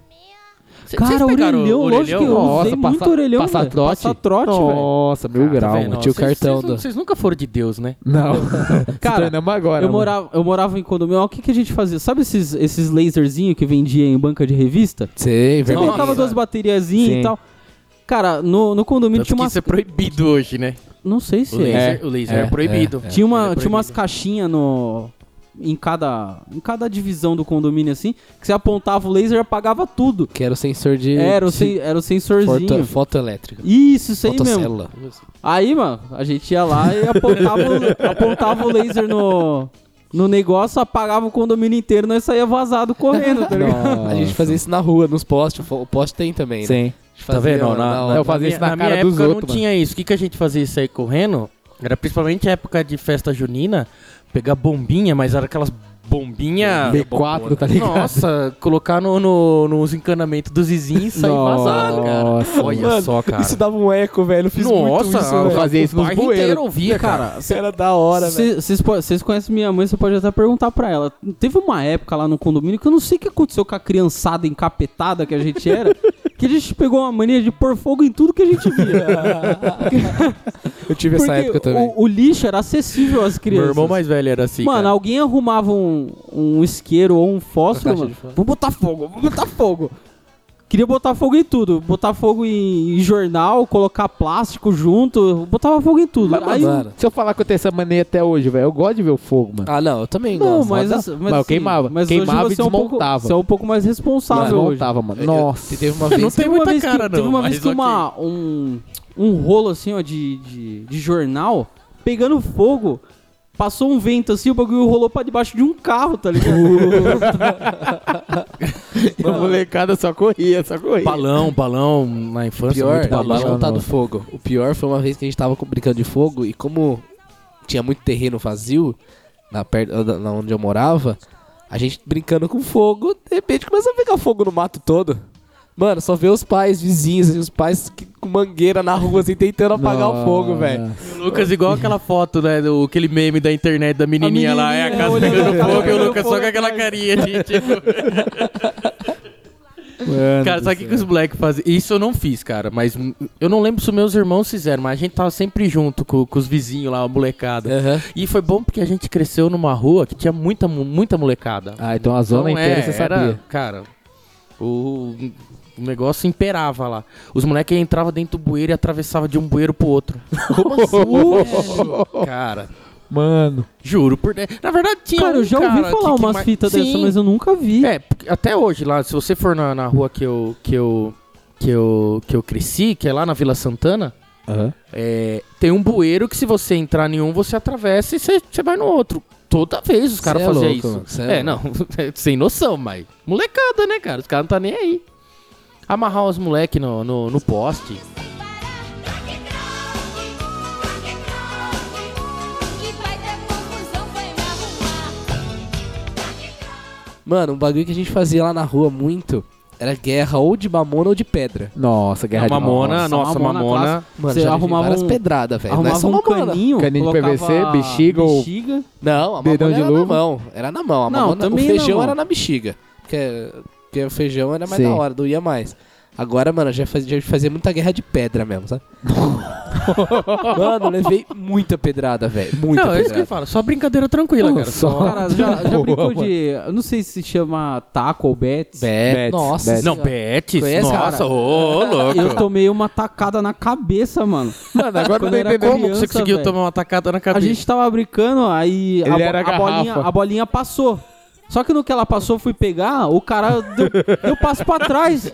Cê- vocês
Cara,
pegaram
orelhão, lógico que eu
Nossa,
usei muito
passa-
orelhão,
passar
velho.
trote?
Passar trote, velho.
Nossa, mil grau,
velho,
mano.
não,
tinha o
tá vocês-
cartão
vocês-
do-
Vocês nunca foram de Deus, né?
Não.
Cara,
tornamos agora,
Eu
mano.
morava, eu morava em condomínio, ó, o que, que a gente fazia? Sabe esses, esses laserzinhos que vendia em banca de revista?
Sei,
Você
verdade.
Nossa.
colocava duas bateriazinhas
Sim.
e tal. Cara, no, no condomínio
Tanto
tinha
que
umas...
isso é proibido hoje, né?
Não sei
O
se é.
laser, o laser
é,
é, proibido.
é, é.
Tinha, uma,
Ele é
tinha umas
proibido.
caixinhas no. Em cada, em cada divisão do condomínio, assim, que você apontava o laser e apagava tudo.
Que era o sensor de...
Era o,
de
sen- era o
foto,
sensorzinho.
fotoelétrica.
Isso, isso aí mesmo.
Fotocélula.
Aí, mano, a gente ia lá e apontava, o- apontava o laser no, no negócio, apagava o condomínio inteiro, nós saía vazado correndo, tá ligado?
Nossa.
A gente fazia isso na rua, nos postes. O poste tem também, né?
Sim.
A gente fazia
Tá vendo? Na-
hora.
Eu fazia isso na
minha
cara dos
época
outros,
não
mano.
tinha isso. O que, que a gente fazia isso aí correndo? Era principalmente a época de festa junina, pegar bombinha, mas era aquelas bombinha...
B4, tá ligado?
Ah, Nossa, colocar no, no- nos encanamentos dos vizinhos e sair vazado,
Nossa,
cara. Olha só, cara.
Isso dava um eco, velho. Eu fiz muito
Nossa,
isso,
eu
velho.
fazia isso
o
nos
bairro
bueiros.
inteiro ouvia, cara.
Isso era da hora, velho.
Vocês conhecem minha mãe, você pode até perguntar pra ela. Teve uma época lá no condomínio que eu não sei o que aconteceu com a criançada encapetada que a gente era, que a gente pegou uma mania de pôr fogo em tudo que a gente via.
Eu tive
Porque
essa época também.
o, o lixo era acessível às crianças.
Meu irmão mais velho era assim,
Mano,
cara.
alguém arrumava um, um isqueiro ou um fósforo,
Uma caixa
mano.
de fósforo.
Vamos botar fogo, vamos botar fogo. Queria botar fogo em tudo. Botar fogo em, em jornal, colocar plástico junto. Botava fogo em tudo.
Mas,
Aí,
mano.
Se eu falar que eu tenho essa mania até hoje, velho, eu gosto de ver o fogo, mano.
Ah, não, eu também
não,
gosto.
mas,
dá.
essa-
Mas eu queimava.
Mas
Queimava
hoje
e
você é um pouco,
desmontava. tá.
você é um pouco mais responsável hoje.
Desmontava, mano.
Eu-
Nossa.
Eu, teve
Não
uma vez.
tem
Teve uma
muita
vez que-
cara, não.
Teve uma vez
mas
que uma, um, um rolo assim, ó, de, de, de jornal, pegando fogo, passou um vento assim, o bagulho rolou pra debaixo de um carro, tá ligado?
A molecada só corria, só corria.
Balão, balão na
O
infância.
pior,
muito
o
balão.
balão tá do
nossa.
fogo. O pior foi uma vez que a gente tava com- brincando de fogo e como tinha muito terreno vazio na perto da- na onde eu morava, a gente brincando com fogo, de repente começa a pegar fogo no mato todo. Mano, só vê os pais, vizinhos, e os pais que- com mangueira na rua assim tentando apagar o fogo, velho.
O Lucas, igual aquela foto, né? do- aquele meme da internet da menininha, lá, é a
menininha
casa
olhando
pegando
pra
fogo e
câmera,
o Lucas só
fogo
com aquela
atrás.
carinha de tipo. Cara, sabe o que, que os moleques fazem? Isso eu não fiz, cara, mas hum, eu não lembro se meus irmãos fizeram, mas a gente tava sempre junto com, com os vizinhos lá, a molecada.
Aham.
E foi bom porque a gente cresceu numa rua que tinha muita, mu- muita molecada.
Ah, então a zona
Então,
inteira
é,
você
era,
sabia.
Cara, o, o negócio imperava lá. Os moleques entravam dentro do bueiro e atravessavam de um bueiro pro outro.
Como assim?
cara,
Mano.
juro por Deus. Na verdade tinha
Então, cara,
um
eu já ouvi
cara
falar
que- que
umas
mar-
fitas dessa,
Sim.
mas eu nunca vi.
É, porque até hoje lá, se você for na, na rua que eu, que, eu, que, eu, que eu cresci, que é lá na Vila Santana, é, tem um bueiro que se você entrar em um, você atravessa e você você vai no outro. Toda vez os caras
Cê é
faziam
louco,
isso.
mano, cê é
É, não, sem noção, mas. Molecada, né, cara? Os caras não tá nem aí. Amarrar os moleque no, no, no poste.
Troque, troque, troque, troque, que vai ter confusão, vai me arrumar. Troque,
Mano, um bagulho que a gente fazia lá na rua muito era guerra ou de mamona ou de pedra.
É, Nossa, guerra
A mamona,
nossa,
de
nossa,
mamona
mamona.
clássica.
Mano,
Você
já levei
arrumava
várias
um-
pedradas, velho. Não é
Arrumava
só
um
mamona.
caninho,
Caninho de
colocava
PVC, bexiga ou-
bexiga.
Não, a
Dedão
mamona
de
era
luva.
na mão. Era na mão. A
Não,
mamona, o
também
feijão
não.
era na bexiga. Porque, porque o feijão era mais
Sim.
da hora, doía mais. Agora, mano, já fazia, já fazia muita guerra de pedra mesmo, sabe? mano, eu levei muita pedrada, velho. Muita
não, é isso que eu
pedrada.
falo. Só brincadeira tranquila, cara.
Só.
Cara, já, já
Boa,
brincou
mano.
de. Eu não sei se chama taco ou bets.
Bet,
Betes,
nossa
betes.
Não,
senhora.
Betis.
Conhece,
nossa,
cara?
ô, ô, louco.
Eu tomei uma tacada na cabeça, mano.
Mano, agora eu
Quando
tô
eu era
entendendo.
Como que
criança,
você conseguiu
velho.
tomar uma tacada na
A
cabeça?
gente tava brincando, aí a,
Ele
bo-
era
a
garrafa.
bolinha, a bolinha passou. Só que no que ela passou, eu fui pegar, o cara deu, deu passo pra trás.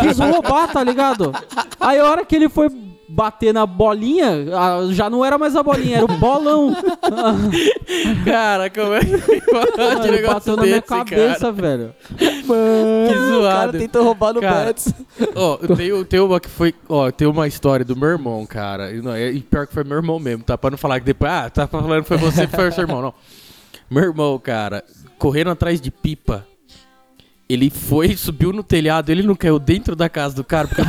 Quis roubar, tá ligado? Aí a hora que ele foi bater na bolinha, a- já não era mais a bolinha, era o bolão.
Cara, como é que fala de
Ele
negócio
bateu na minha
desse,
cabeça,
cara?
velho.
Que
O cara
zoado.
tentou roubar no
Cara,
Betis.
Ó, tem, tem uma que foi. Ó, tem uma história do meu irmão, cara. E, não, é- e pior que foi meu irmão mesmo, tá? Pra não falar que depois. Ah, tá falando que foi você que foi o seu irmão, não. Meu irmão, cara, correndo atrás de pipa. Ele foi, subiu no telhado, ele não caiu dentro da casa do cara, porque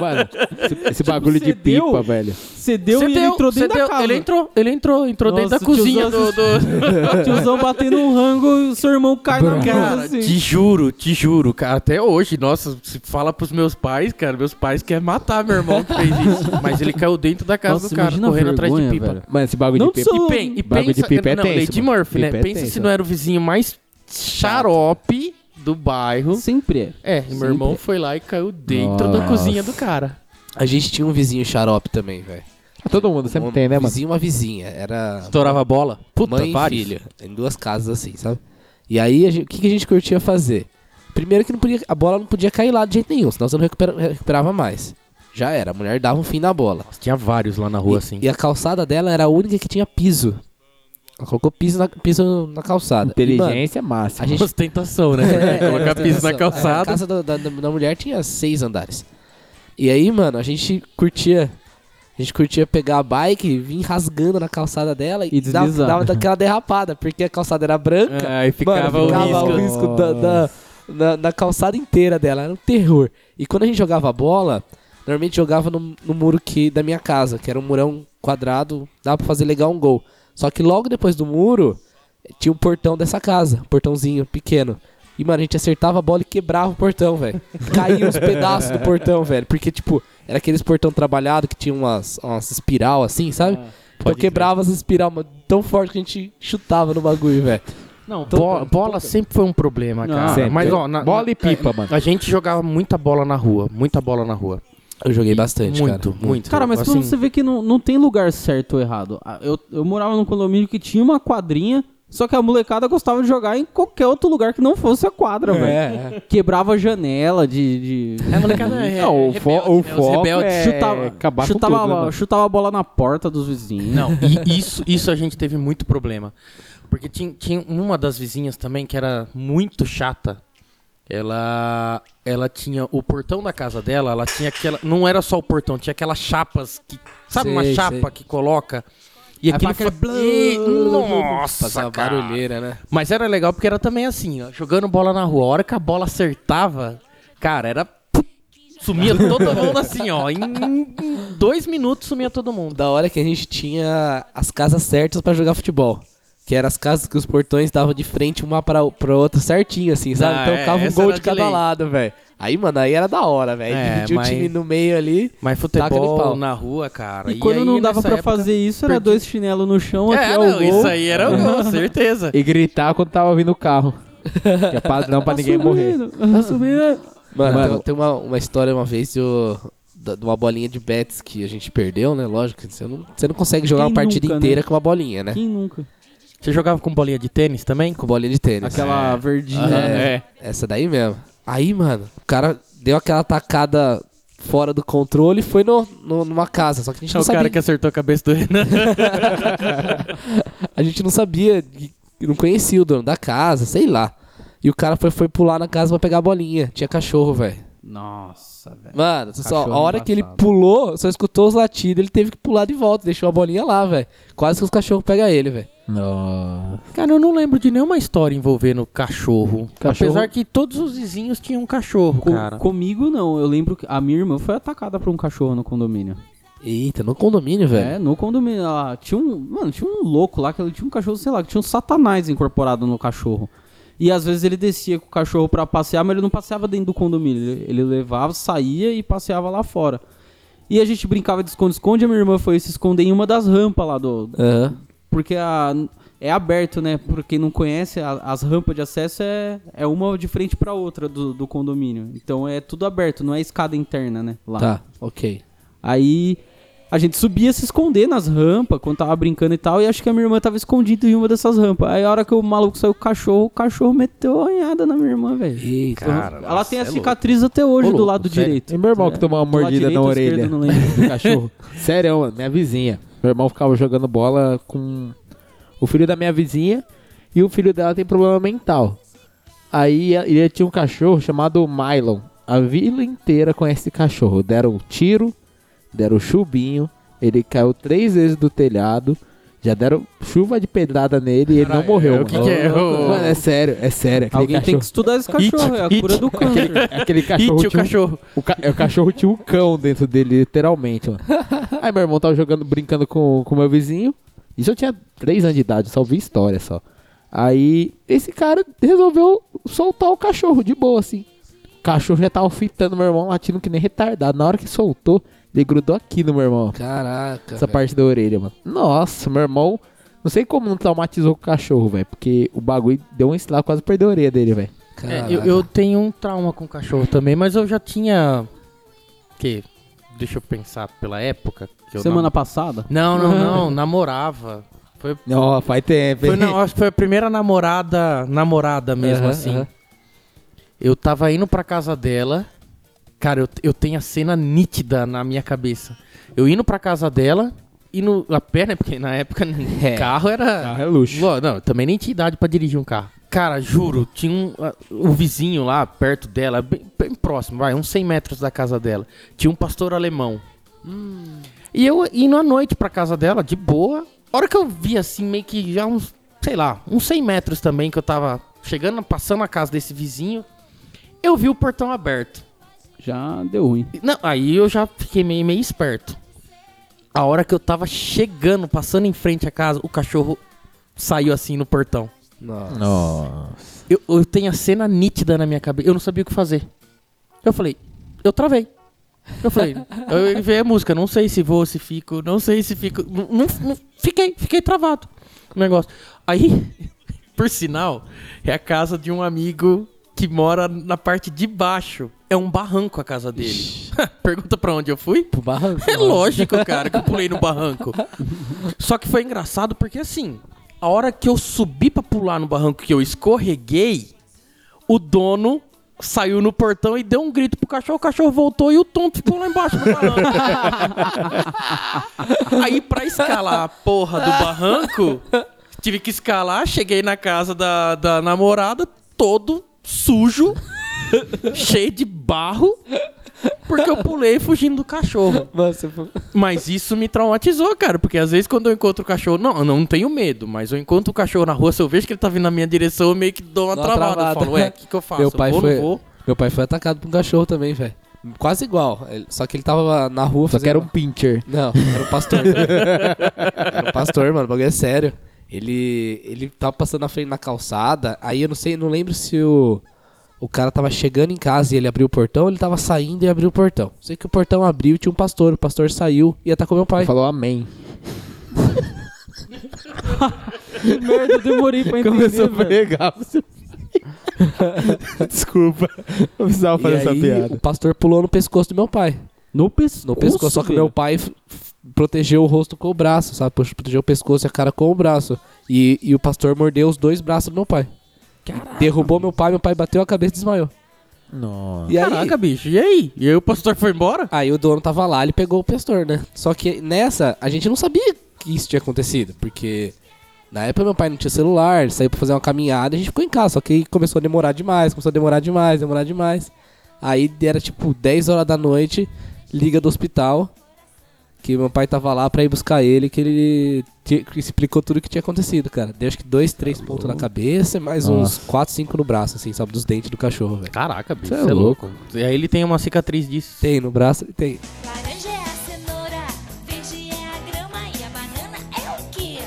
Mano, esse, esse bagulho de
cedeu.
pipa, velho.
Cedeu e ele entrou dentro da casa.
Ele entrou, ele entrou, entrou dentro da
Nossa, o
cozinha
tiozão
do. do...
Tiozão batendo um rango e o seu irmão cai na casa
Cara,
assim.
te juro, te juro, cara, até hoje, nossa, se fala pros meus pais, cara, meus pais querem matar meu irmão que fez isso. Mas ele caiu dentro da casa
Nossa,
do cara,
imagina a
correndo atrás de
vergonha,
pipa.
velho.
Mano, esse bagulho
Não
de pipa.
sou- um
E, pen, e
Bagulho
pensa,
de pipa é
não,
tenso,
Lady
mano.
Murphy,
Pipa
né?
é
pensa
tenso,
se não era o vizinho mais xarope do bairro.
Sempre é.
É, e meu irmão foi lá e caiu dentro da
Nossa.
cozinha do cara.
A gente tinha um vizinho xarope também, velho.
Todo mundo sempre
um
tem, né, mano?
vizinho, uma vizinha. Era
Estourava a bola. Puta,
mãe e
vários.
filho, em duas casas assim, sabe? E aí, a gente- o que, que a gente curtia fazer? Primeiro que não podia, a bola não podia cair lá de jeito nenhum, senão você não recupera- recuperava mais. Já era, a mulher dava um fim na bola.
Nossa, tinha vários lá na rua,
e,
assim.
e a calçada dela era a única que tinha piso. Ela colocou piso na, piso na calçada. E, mano,
Inteligência máxima.
a gente
Ostentação, né? Colocar piso na
É, a
calçada.
casa da, da- da mulher tinha seis andares. E aí, mano, a gente curtia. A gente curtia pegar a bike, vir rasgando na calçada dela e,
E
dava,
deslizar.
dava daquela derrapada, porque a calçada era branca.
Ah, e ficava, o
mano,
risco.
ficava o
risco.
risco da, da- na, na calçada inteira dela. Era um terror. E quando a gente jogava bola, normalmente jogava no, no muro que, da minha casa, que era um murão quadrado, dava pra fazer legal um gol. Só que logo depois do muro, tinha um portão dessa casa, um portãozinho pequeno. E, mano, a gente acertava a bola e quebrava o portão, velho. Caía uns pedaços do portão, velho. Porque, tipo, era aqueles portão trabalhado que tinha umas, umas
Ah,
espiral assim, sabe? então quebrava as espiral, mano, tão forte que a gente chutava no bagulho, velho.
Não, bo- bola sempre foi um problema,
Não,
cara.
sempre.
Mas, ó, na-
Bola e pipa, mano.
a gente jogava muita bola na rua, muita bola na rua.
Eu joguei bastante,
muito,
cara.
muito.
Cara, mas
assim,
quando você vê que não, não tem lugar certo ou errado. Ah, Eu, eu morava num condomínio que tinha uma quadrinha, só que a molecada gostava de jogar em qualquer outro lugar que não fosse a quadra,
É.
É.
velho. Quebrava a janela de. de-
É, molecada, é,
Não, o,
é
fo
rebelde,
o
né? Os
foco
rebeldes.
é
chutava
acabar com
chutava,
tudo, né, mano?
chutava a bola na porta dos vizinhos.
Não, e isso, isso a gente teve muito problema. Porque tinha, tinha uma das vizinhas também que era muito chata. Ela ela tinha o portão da casa dela, ela tinha aquela. Não era só o portão, tinha aquelas chapas que. Sabe uma
Sei,
chapa
sei.
que coloca? E aquele.
faz aquele
fa- E-
Passava
Nossa, cara.
barulheira, né?
Mas era legal porque era também assim, ó, jogando bola na rua. A hora que a bola acertava, cara, era. Sumia todo mundo assim, ó. Em em dois minutos sumia todo mundo.
Da hora que a gente tinha as casas certas pra jogar futebol. Que eram as casas que os portões davam de frente uma pra, pra outra certinho, assim, sabe?
Ah,
então
é,
ficava um
essa
gol
era
de
de
cada
lei.
lado, velho. Aí, mano, aí era da hora, velho.
É,
Dividir
mas-
o time no meio ali.
Mas
Taca de pau.
futebol na rua, cara.
E, quando
aí,
não dava
nessa
pra
época-
fazer isso, era
perdi.
dois chinelos no chão, aqui
É,
é o
não,
gol.
isso aí era o gol, certeza.
E gritar quando tava vindo o carro. Que é padrão pra ninguém morrer.
Tá subindo.
Mano,
Mano.
tem- tem uma, uma história uma vez de, o- da- de uma bolinha de bets que a gente perdeu, né? Lógico, que você não, você não consegue jogar
Quem
uma partida
nunca, né?
inteira com uma bolinha, né?
Quem nunca?
Você jogava com bolinha de tênis também?
Com bolinha de tênis.
Aquela verdinha. né?
É, Essa daí mesmo. Aí, mano, o cara deu aquela tacada fora do controle e foi no, no- numa casa. Só que a gente
É
não
o
sabia.
cara que acertou a cabeça do Renan.
A gente não sabia, e- e não conhecia o dono da casa, sei lá. E o cara foi, foi pular na casa pra pegar a bolinha. Tinha cachorro, velho.
Nossa, velho.
Mano, você só,
Cachorro
a hora que ele pulou, só escutou os latidos, ele teve que pular de volta, deixou a bolinha lá, velho. Quase que os cachorros pegam ele, velho.
Nossa.
Cara, eu não lembro de nenhuma história envolvendo cachorro.
Cachorro-
Apesar que todos os vizinhos tinham um cachorro,
Com-
cara.
comigo não, eu lembro que a minha irmã foi atacada por um cachorro no condomínio.
Eita, no condomínio, velho.
É, no condomínio ela tinha um, mano, tinha um louco lá que ele tinha um cachorro, sei lá, que tinha um satanás incorporado no cachorro. E às vezes ele descia com o cachorro pra passear, mas ele não passeava dentro do condomínio, ele, ele levava, saía e passeava lá fora. E a gente brincava de esconde-esconde, a minha irmã foi se esconder em uma das rampas lá do,
Aham.
porque a- é aberto, né? Pra quem não conhece, a- as rampas de acesso é, é uma de frente pra outra do, do condomínio. Então é tudo aberto, não é escada interna, né? Lá.
Tá, ok.
Aí a gente subia se esconder nas rampas quando tava brincando e tal. E acho que a minha irmã tava escondida em uma dessas rampas. Aí a hora que o maluco saiu com o cachorro, o cachorro meteu a anhada na minha irmã, velho. Então,
Eita.
Ela tem a cicatriz até hoje
Ô,
do
louco,
lado
sério?
direito.
E meu irmão que tomou uma
Do lado
mordida
direito
na
ou
orelha
esquerdo, não lembro.
do cachorro. Sério, mano, minha vizinha. Meu irmão ficava jogando bola com o filho da minha vizinha e o filho dela tem problema mental. Aí a- ele tinha um cachorro chamado Mylon. A vila inteira conhece esse cachorro. Deram um tiro, deram um chubinho, ele caiu três vezes do telhado. Já deram chuva de pedrada nele e ele não morreu.
o que que é? Ô.
Mano, é sério, é sério. Aquele
Alguém tem
cachorro,
que estudar esse cachorro, é a
it.
cura do câncer.
aquele cachorro
It, o
tinha um
cachorro.
o, ca- o cachorro tinha um cão dentro dele, literalmente, mano. Aí meu irmão tava jogando, brincando com o meu vizinho. Isso eu tinha 3 anos de idade, só ouvi história só. Aí esse cara resolveu soltar o cachorro de boa, assim. O cachorro já tava fitando meu irmão, latindo que nem retardado. Na hora que soltou, ele grudou aqui no meu irmão.
Caraca.
Essa
velho.
parte da orelha, mano. Nossa, meu irmão. Não sei como não traumatizou com o cachorro, velho. Porque o bagulho deu um estralo, quase perdeu a orelha dele, velho.
É,
Caraca.
eu, eu tenho um trauma com cachorro também, mas eu já tinha. Que? Deixa eu pensar pela época. Que eu
Semana passada?
Não, não, não. namorava.
Não, faz tempo,
Foi, não, acho que foi a primeira namorada, namorada mesmo,
Aham,
assim.
aham.
Eu tava indo pra casa dela. Cara, eu, eu tenho a cena nítida na minha cabeça. Eu indo pra casa dela e no, a perna, porque na época né,
É.
carro era.
Carro é luxo.
Ló- Não, eu também nem tinha idade pra dirigir um carro. Cara, juro, tinha um, ah, um vizinho lá perto dela, bem, bem próximo, vai, uns 100 metros da casa dela. Tinha um pastor alemão. E eu indo à noite pra casa dela, de boa. A hora que eu vi assim, meio que já uns, sei lá, uns 100 metros também, que eu tava chegando, passando a casa desse vizinho, eu vi o portão aberto.
Já deu ruim.
E- Não, aí eu já fiquei meio, meio esperto. A hora que eu tava chegando, passando em frente à casa, o cachorro saiu assim no portão.
Nossa.
Nossa.
Eu, eu tenho a cena nítida na minha cabeça. Eu não sabia o que fazer. Eu falei, eu travei. Eu falei, eu enviei a música, não sei se vou, se fico, não sei se fico. Não, não- não- fiquei, fiquei travado no negócio. Aí por sinal, é a casa de um amigo que mora na parte de baixo. É um barranco a casa dele. Pergunta pra onde eu fui?
Pro barranco.
É lógico, cara, que eu pulei no barranco. Só que foi engraçado porque assim, a hora que eu subi pra pular no barranco que eu escorreguei, o dono saiu no portão e deu um grito pro cachorro, o cachorro voltou e o tonto ficou lá embaixo do barranco. Aí pra escalar a porra do barranco, tive que escalar, cheguei na casa da, da namorada, todo sujo, cheio de barro, porque eu pulei fugindo do cachorro.
Mano, você foi-
Mas isso me traumatizou, cara, porque às vezes quando eu encontro o cachorro, não, eu não tenho medo, mas eu encontro o cachorro na rua, se eu vejo que ele tá vindo na minha direção, eu meio que dou uma
Dá uma
travada.
travada.
Eu falo, ué, o que, que eu faço?
Meu pai
eu vou,
foi.
não vou?
Meu pai foi atacado por um cachorro também, velho. Quase igual. ele- Só que ele tava na rua
Só que era um pincher.
Não, era o pastor. era o pastor, mano. O bagulho é sério. Ele, ele tava passando na frente na calçada. Aí eu não sei, não lembro se o, o cara tava chegando em casa e ele abriu o portão, ou ele tava saindo e abriu o portão. Sei que o portão abriu e tinha um pastor. O pastor saiu e atacou meu pai.
Falou amém.
Que merda, eu demorei pra entender.
Começou a
velho.
pegar. você- Desculpa. Eu precisava
E
fazer essa
aí,
piada.
O pastor pulou no pescoço do meu pai.
No, pes
No pescoço, só que meu pai f- f- protegeu o rosto com o braço, sabe? Pro- Protegeu o pescoço e a cara com o braço. E, e o pastor mordeu os dois braços do meu pai. Derrubou meu pai, meu pai bateu a cabeça e desmaiou.
Nossa.
E aí,
Caraca, bicho, e aí? E aí o pastor foi embora?
Aí o dono tava lá, ele pegou o pastor, né? Só que nessa, a gente não sabia que isso tinha acontecido, porque na época meu pai não tinha celular, ele saiu pra fazer uma caminhada, a gente ficou em casa, só que aí começou a demorar demais, começou a demorar demais, demorar demais. Aí era tipo 10 horas da noite, liga do hospital, que meu pai tava lá pra ir buscar ele, que ele te- que explicou tudo o que tinha acontecido, cara. Deu acho que dois, três pontos na cabeça e mais uns quatro, cinco no braço, assim, sabe, dos dentes do cachorro, velho.
Caraca, bicho,
Cê é
você é louco. E aí ele tem uma cicatriz disso.
Tem no braço, ele tem.
Laranja é a cenoura, verde é a grama e a banana é o quê?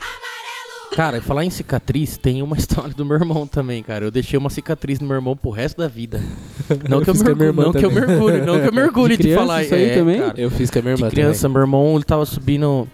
Amarelo!
Cara, e falar em cicatriz, tem uma história do meu irmão também, cara. Eu deixei uma cicatriz no meu irmão pro resto da vida. Não que é eu
fiz com a minha
mergulho,
irmã
não que eu
também.
mergulho, não que eu mergulho de,
criança
falar
isso aí
é,
também?
cara.
Eu fiz com a minha irmã
de
também.
criança, meu irmão, ele tava subindo.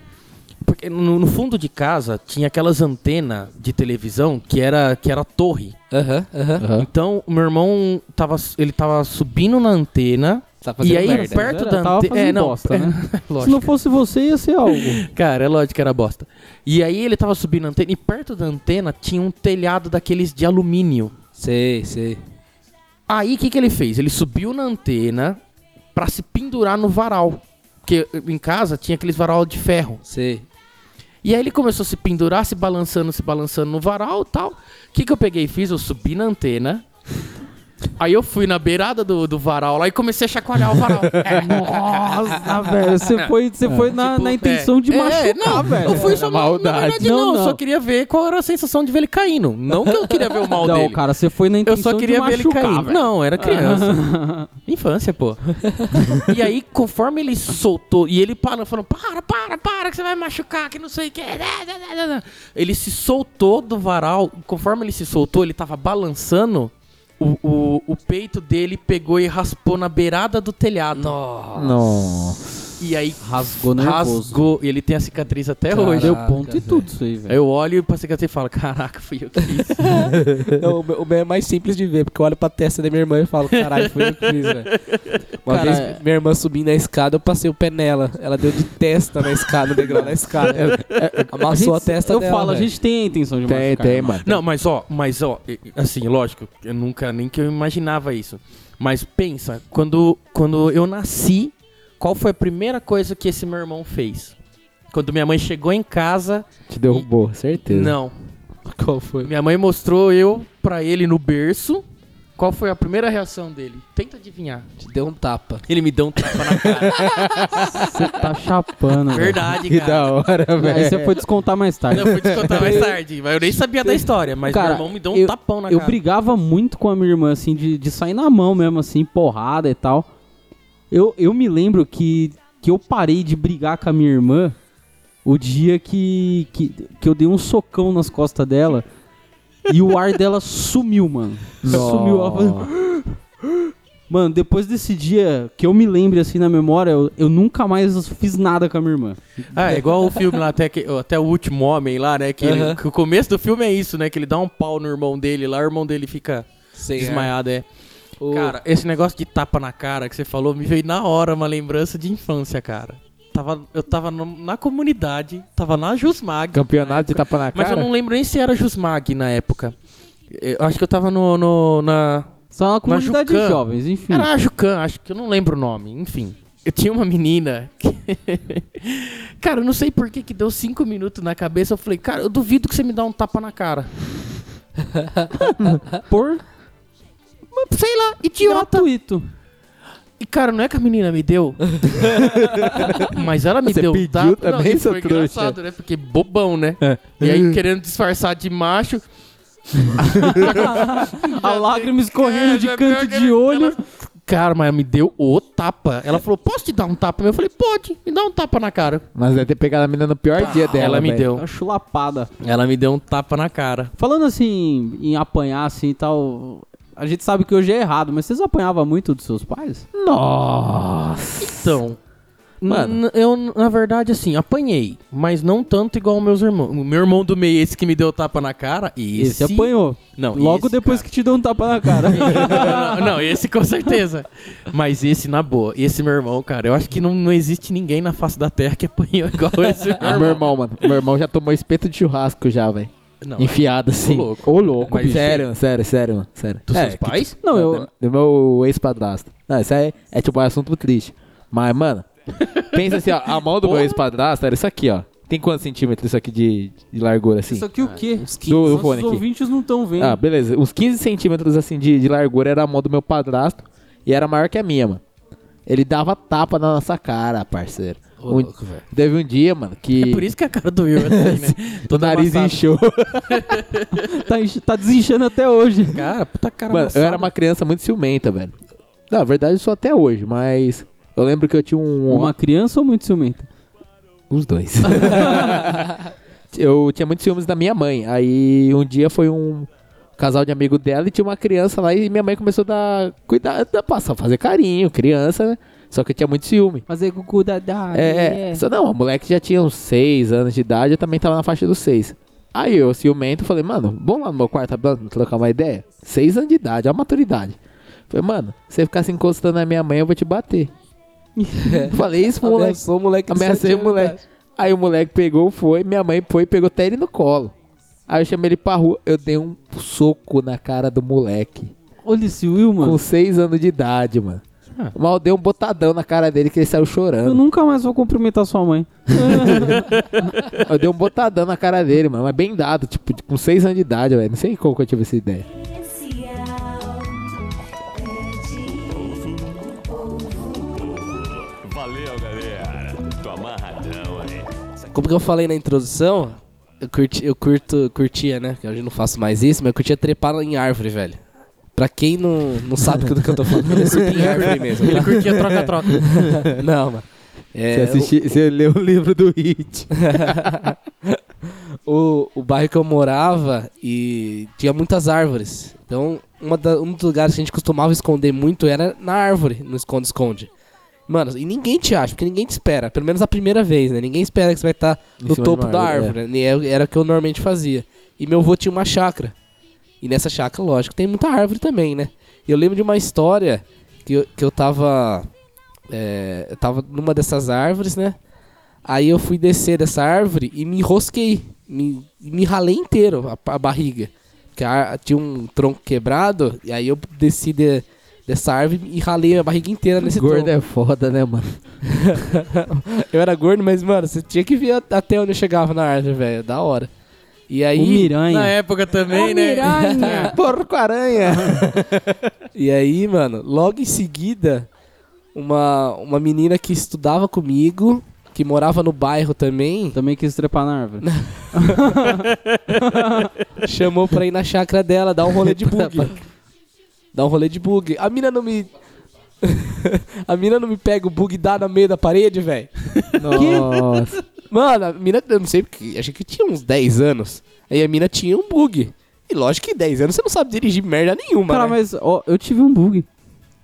Porque no, no fundo de casa tinha aquelas antenas de televisão que era, que era torre.
Aham, aham.
Aham.
Então, o meu irmão tava, ele tava subindo na antena.
Tá
E aí,
merda.
perto
Era,
da é,
tava
antena.
fazendo bosta, né? Se não
lógico.
fosse você, ia ser algo.
Cara, é lógico que era bosta. E aí ele tava subindo a antena e perto da antena tinha um telhado daqueles de alumínio.
Sei, sei.
Aí o que, que ele fez? Ele subiu na antena pra se pendurar no varal. Porque em casa tinha aqueles varal de ferro.
Sei.
E aí ele começou a se pendurar, se balançando, se balançando no varal e tal. O que, que eu peguei e fiz? Eu subi na antena. Aí eu fui na beirada do, do varal lá e comecei a chacoalhar o varal.
Nossa, velho. Você foi, você foi na,
Tipo,
na intenção de
é.
machucar,
É, não,
velho.
Eu fui só na, na
Maldade.
verdade não,
Não, não.
só queria ver qual era a sensação de ver ele caindo. Não que eu queria ver o mal
Não,
dele.
cara, você foi na
Eu
intenção
só
de
queria ver ele
machucar,
caindo.
velho.
Não, era criança. Infância, pô. e aí, conforme ele soltou, e ele parou, falou: para, para, para, que você vai machucar, que não sei o que. Ele se soltou do varal, e conforme ele se soltou, ele tava balançando, o, o, o peito dele pegou e raspou na beirada do telhado.
Nossa.
E aí
Rasgou nervoso.
rasgou, e ele tem a cicatriz até
Caraca,
hoje.
Deu ponto e
velho.
tudo isso aí, velho.
Aí eu olho pra cicatriz e falo: caraca, fui eu que fiz.
Não, o meu- o meu é mais simples de ver, porque eu olho pra testa da minha irmã e falo, caralho, foi eu que fiz, velho. Uma
Cara,
vez minha irmã subindo na escada, eu passei o pé nela. Ela deu de testa na escada, o degrau na escada. Amassou a,
gente-
testa
Eu
dela,
falo, a
velho.
gente tem a intenção de
Tem,
machucar.
tem,
irmão.
mano.
Não, mas ó, mas ó, e- e- assim, lógico, eu nunca nem que eu imaginava isso. Mas pensa, quando, quando eu nasci, qual foi a primeira coisa que esse meu irmão fez? Quando minha mãe chegou em casa,
Te derrubou, certeza.
não.
Qual foi?
Minha mãe mostrou eu pra ele no berço. Qual foi a primeira reação dele? Tenta adivinhar.
Te deu um tapa.
Ele me deu um tapa na cara.
Você tá chapando, velho.
Verdade,
Que
cara.
da hora, velho.
Aí você foi descontar mais tarde.
é. Não, eu fui te contar mais tarde. Mas eu nem sabia da história, mas
Cara,
meu irmão me deu um
eu-
tapão na
eu
cara.
brigava muito com a minha irmã, assim, de, de sair na mão mesmo, assim, porrada e tal. Eu, eu me lembro que, que eu parei de brigar com a minha irmã o dia que, que, que eu dei um socão nas costas dela e o ar dela sumiu, mano. Sumiu. Ela falou, Mano, depois desse dia que eu me lembre assim na memória, eu, eu nunca mais fiz nada com a minha irmã.
Ah, é igual o filme lá, até, que- até o último homem lá, né? Que, ele-
Aham.
que o começo do filme é isso, né? Que ele dá um pau no irmão dele lá, o irmão dele fica
Sem
desmaiado, é.
ar. O-
Cara, esse negócio de tapa na cara que você falou me veio na hora uma lembrança de infância, cara. Tava, eu tava no- na comunidade, tava na Jusmag.
Campeonato de tapa na
Mas eu
Então, cara.
não lembro nem se era Jusmag na época. Eu acho que eu tava no. no- na...
Só uma comunidade de
Jucan.
jovens, enfim.
Era a Jucan, acho que eu não lembro o nome, enfim. Eu tinha uma menina. que- cara, eu não sei por que, que deu cinco minutos na cabeça. Eu falei, cara, eu duvido que você me dá um tapa na cara.
por
Mas, Sei
Ah,
lá, idiota.
gratuito.
E, cara, não é que a menina me deu. mas ela me
Você
deu um
pediu
tapa.
também,
não, isso
seu
foi
trouxa? É.
engraçado, né? Porque bobão, né? E aí, querendo disfarçar de macho.
A lágrima escorrendo
É,
de
já
canto
pior que
de
ela-
olho.
ela- Cara, mas me deu o tapa. Ela falou, posso te dar um tapa? Eu falei, pode, me dá um tapa na cara.
Mas deve ter pegado a menina no pior dia dela.
ela me
velho.
deu.
É Uma chulapada.
Ela me deu um tapa na cara.
Falando assim, em apanhar assim e tal, a gente sabe que hoje é errado, mas vocês apanhavam muito dos seus pais?
Nossa.
Então,
Mano.
mano, eu na verdade assim, apanhei, mas não tanto igual meus irmãos. O meu irmão do meio, esse que me deu o tapa na cara, e esse,
Esse apanhou.
Não,
Logo
esse,
depois
cara.
que te deu um tapa na cara.
não, não, esse com certeza. Mas esse na boa, esse meu irmão, cara, eu acho que não, não existe ninguém na face da terra que apanhou igual esse meu
Ah,
irmão.
meu irmão, mano. Meu irmão já tomou espeto de churrasco já, velho.
Não,
Enfiado assim.
louco.
Ô, louco,
Mas
bicho.
é-
Sério, sério, sério, mano. Sério.
dos
É,
seus
que-
pais?
Não, eu.
Do, do meu ex-padrasto. Não, isso aí é tipo um assunto triste. Mas, mano, pensa assim, ó. A mão do meu ex-padrasto era isso aqui, ó. Tem quantos centímetros isso aqui de, de largura, assim?
Isso aqui o quê? É, Os
do
Nossos
fone aqui.
ouvintes não estão vendo.
Ah, beleza. Uns 15 centímetros, assim, de, de largura era a mão do meu padrasto. E era maior que a minha, mano. Ele dava tapa na nossa cara, parceiro.
Ô,
Um-
louco, velho.
teve um dia, mano, que...
É por isso que a cara do Will é assim, né?
o nariz
amassado.
inchou.
tá, enche- tá desinchando até hoje.
Cara, puta cara
Mano, eu
amassada.
era uma criança muito ciumenta, velho. Na verdade, eu sou até hoje, mas... Eu lembro que eu tinha um...
Uma criança ou muito ciumenta?
Os dois. eu tinha muitos ciúmes da minha mãe. Aí um dia foi um casal de amigo dela e tinha uma criança lá e minha mãe começou a dar cuidado, a passar, fazer carinho, criança, né? Só que eu tinha muito ciúme.
Fazer com o cu da da-
É, é. Só, não, o moleque já tinha uns 6 anos de idade, eu também tava na faixa dos 6. Aí eu, ciumento, falei, mano, vamos lá no meu quarto pra trocar uma ideia? 6 anos de idade, olha a maturidade. Falei, mano, se você ficar se encostando na minha mãe, eu vou te bater. falei isso pro moleque.
Ameaçou o moleque de
Ameacei
sete
o Tá assim, moleque.
anos de idade.
Aí o moleque pegou, foi, minha mãe foi, pegou até ele no colo. Aí eu chamei ele pra rua, eu dei um soco na cara do moleque.
Olha esse Will, mano.
Com seis anos de idade, mano.
Ah.
Mal dei um botadão na cara dele que ele saiu
Eu
chorando.
nunca mais vou cumprimentar sua mãe.
Eu dei um botadão na cara dele, mano. Mas bem dado, tipo, de- com seis anos de idade, velho. Não sei como que eu tive essa ideia.
É
Valeu, galera. Tô amarradão aí.
Como que eu falei na introdução, eu, curti, eu curto, curtia, né? Que hoje eu não faço mais isso, mas eu curtia trepar em árvore, velho. Pra quem não, não sabe do que eu tô falando, eu subi em árvore mesmo,
Ele
tá?
curtia troca-troca.
Não, mano. É,
você, assisti, você leu o livro do Hit.
o, o bairro que eu morava e tinha muitas árvores. Então, uma da- um dos lugares que a gente costumava esconder muito era na árvore, no esconde-esconde. Mano, e ninguém te acha, porque ninguém te espera. Pelo menos a primeira vez, né? Ninguém espera que você vai estar
cima
no
de
topo
uma
da
árvore,
árvore. né? E é- Era o que eu normalmente fazia. E meu avô tinha uma chácara. E nessa chácara, lógico, tem muita árvore também, né? E eu lembro de uma história que eu, que eu tava. é, eu tava numa dessas árvores, né? Aí eu fui descer dessa árvore e me enrosquei. Me, me ralei inteiro a, a barriga. Porque a ar- tinha um tronco quebrado. E aí eu desci de- dessa árvore e ralei a barriga inteira nesse
Gordo
tronco.
é foda, né, mano?
eu era gordo, mas, mano, você tinha que ver a- até onde eu chegava na árvore, velho. Da hora. E aí.
o Miranha.
Na época também, né?
Porco-aranha!
E aí, mano, logo em seguida, uma, uma menina que estudava comigo, que morava no bairro também,
Também quis trepar na árvore.
chamou pra ir na chácara dela, dar um rolê de bug. dar um rolê de bug. A mina não me. a mina não me pega o bug e dá no meio da parede, velho.
Nossa.
Mano, a mina, eu não sei porque, achei que eu tinha uns 10 anos. Aí a mina tinha um bug. E lógico que 10 anos você não sabe dirigir merda nenhuma.
Cara,
né?
mas ó, eu tive um bug.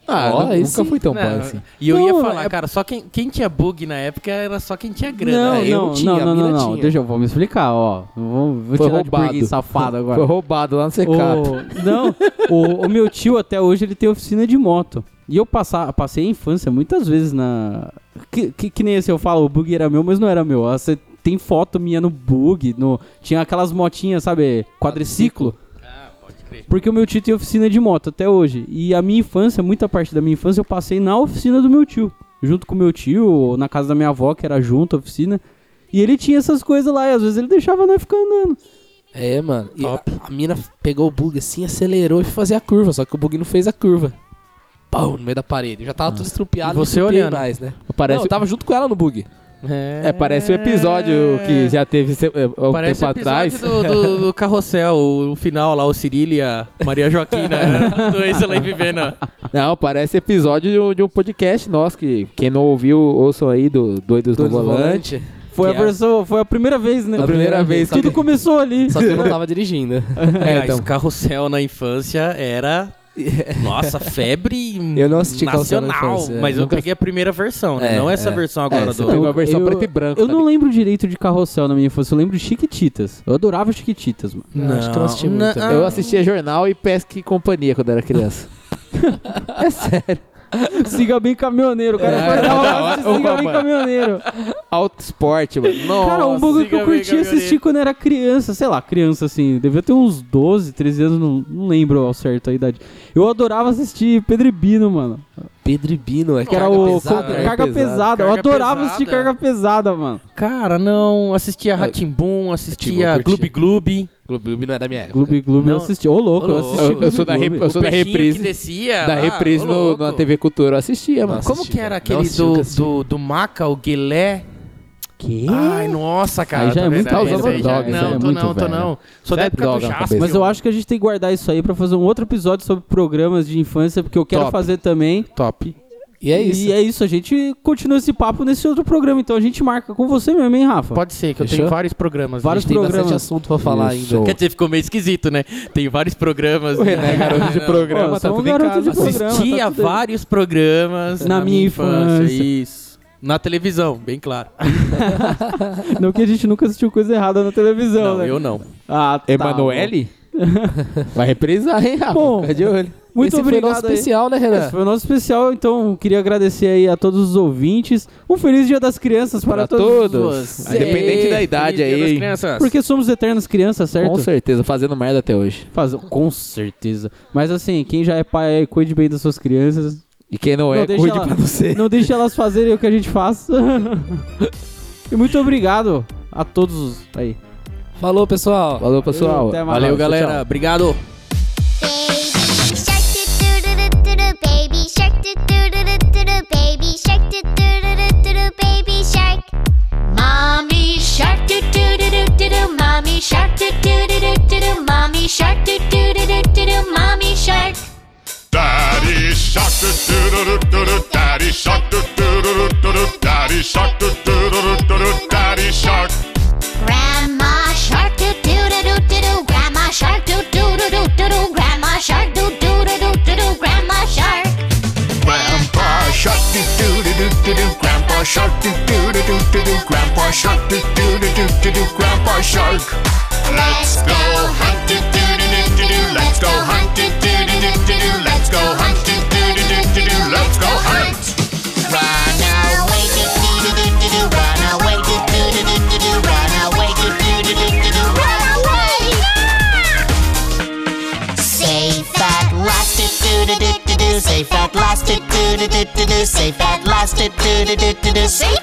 Ah,
Ó,
nu-
aí
nunca
sim.
fui tão pai
Não,
assim.
E eu
Não,
ia falar,
é-
cara, só quem, quem tinha bug na época era só quem tinha grana.
Não,
né?
eu
não,
tinha,
não, não,
a mina
não, não.
tinha.
Deixa eu vou me explicar, ó. Vou, vou
Foi
tirar de burguês
roubado.
safado
Foi
agora.
roubado lá no
O-
secado.
não, o, o meu tio até hoje ele tem oficina de moto. E eu passa, passei a infância muitas vezes na. Que, que, que nem esse eu falo, o bug era meu, mas não era meu. Ah, Você tem foto minha no bug, no, tinha aquelas motinhas, sabe? Quadriciclo.
Ah, pode crer.
Porque o meu tio tem oficina de moto até hoje. E a minha infância, muita parte da minha infância, eu passei na oficina do meu tio. Junto com o meu tio, ou na casa da minha avó, que era junto a oficina. E ele tinha essas coisas lá, e às vezes ele deixava nós ficar andando.
É, mano. E a,
Top.
a mina pegou o bug assim, acelerou e foi fazer a curva. Só que o bug não fez a curva. Pau, no meio da parede. Eu já tava tudo estrupiado.
E você
não estrupiei
olhando.
Mais, né?
Parece-
Não, eu tava junto com ela no bug.
É, parece o episódio que já teve se- eh, há um
É. Parece o
tempo atrás.
episódio do, do, do carrossel, o, o final lá, o Cirilo e a Maria Joaquina, né? dois lá e vivendo.
Não, parece episódio de um, de um podcast nosso que quem não ouviu, ouçam aí do Doidos,
Dois
no Volante.
Foi,
Que
a,
é-
versão, foi a primeira vez, né?
A primeira vez,
Tudo
sabe?
começou ali.
Só que eu não tava dirigindo.
É,
então.
esse carrossel na infância era. Nossa, febre
Eu não assisti Carrossel na
nacional.
infância, é.
Mas eu
nunca-
peguei a primeira versão, né?
É,
não essa
é.
versão agora
É,
do.
você
Teve uma versão preto e branco.
Eu
tá
não
ligado?
lembro direito de carrossel na minha infância, eu lembro de Chiquititas. Eu adorava Chiquititas, mano.
Não, acho que eu não assisti muito, né?
Eu assistia jornal e pesca e companhia quando era criança. é sério.
Siga bem caminhoneiro, o cara
É,
acordava
da
pra
hora.
assistir Siga
Opa,
bem
mano.
caminhoneiro.
Alto esporte, mano. Nossa.
Cara, um bagulho que eu
Siga
curti
bem
assistir
caminhoneiro.
quando era criança, sei lá, criança assim, devia ter uns 12, 13 anos, não, não lembro ao certo a idade. Eu adorava assistir Pedro e Bino, mano.
Pedro e Bino, é
Que era
carga
o
pesada,
Ah,
carga,
né?
pesada. Eu
Carga
adorava
pesada.
assistir carga pesada, mano.
Cara, não. Assistia Ratimbum, assistia
Rá-Tim-Bum,
Gloob Gloob.
Clube Bino é da minha época.
Gloob Gloob eu
Não.
assisti. Ô, louco, eu
Ô,
assisti.
louco.
Gloob
Eu sou da
Gloob.
rep- eu sou da
peixinho
reprise.
que descia.
Da
lá, Ah,
reprise
ô
no,
louco.
na TV Cultura eu assistia, mano.
Nossa.
Como
assisti,
que era
cara.
aquele
Não assisti,
do,
nunca assisti.
do, do Maca, o Guilé?
Que?
Ai, nossa,
Aí
cara.
já
tô
é muito
velho,
velho,
isso aí
velho.
já-
Droga, isso aí
Não,
é
tô
muito
não, tô
velho.
não. Sou da
Isso é
época do
droga na
Jasper.
cabeça.
Mas eu acho que a gente tem que guardar isso aí pra fazer um outro episódio sobre programas de infância, porque eu quero
Top.
fazer também.
Top.
E é isso.
E é isso, a gente continua esse papo nesse outro programa, então a gente marca com você mesmo, hein, Rafa?
Pode ser, que eu
Fechou?
tenho vários programas.
A
Vários
gente tem bastante
programas.
assunto pra falar
Isso.
ainda.
Quer dizer, ficou meio esquisito, né? Tem vários programas.
né,
O Renan é garoto de
Não.
programa,
Pô,
tá
sou um
tudo em
garoto
casa.
de programa.
Assistia
tá tudo aí.
vários programas
Na minha infância.
Isso. Na televisão, bem claro.
tá? Não que a gente nunca assistiu coisa errada na televisão,
não,
né?
eu não.
Ah, tá.
Emanuele? Vai reprisar, hein, Rafa?
Bom,
Fica de olho.
Muito
Esse foi o
obrigado.
nosso
aí.
especial, né, Renan?
Esse foi o nosso especial, então queria agradecer aí a todos os ouvintes. Um feliz Dia das Crianças para,
Pra todos.
vocês.
Independente da idade
Feliz Dia
aí.
das Crianças.
Porque somos eternas crianças, certo?
Com certeza, fazendo merda até hoje.
Faz- Com certeza. Mas assim, quem já é pai, aí, cuide bem das suas crianças.
E quem não é,
Não, deixa
cuide
ela-
pra você.
Não deixe elas fazerem o que a gente faz. e muito obrigado a todos aí.
Falou, pessoal.
Valeu, pessoal.
Até mais.
Valeu,
Tchau,
galera. Obrigado.
Baby shark do do do do do do baby shark do do do do do do baby shark do do do do do do baby shark Mommy shark do do do do do do mommy shark do do do do do do mommy shark do do do do do do mommy shark
Daddy shark do do do do do Daddy shark do do do do do Daddy shark do do do do do Daddy shark.
Grandma shark do do do do do do grandma shark do do do do do do grandma shark do do do do do do grandma shark
Grandpa shark do do do do do do Grandpa shark do do do do do do Grandpa shark do do do do do do Grandpa shark. Let's go hunt do do do do do Let's go hunt do do do do do Let's go hunt do do do do do Let's go hunt.
Run away, do do do do do do. Run away, do do do do do do. Run away, do do do do do do. Run away! Safe at last, do do do do do do. Safe at last, do do do do do do. Safe at last, do do do do do do. Safe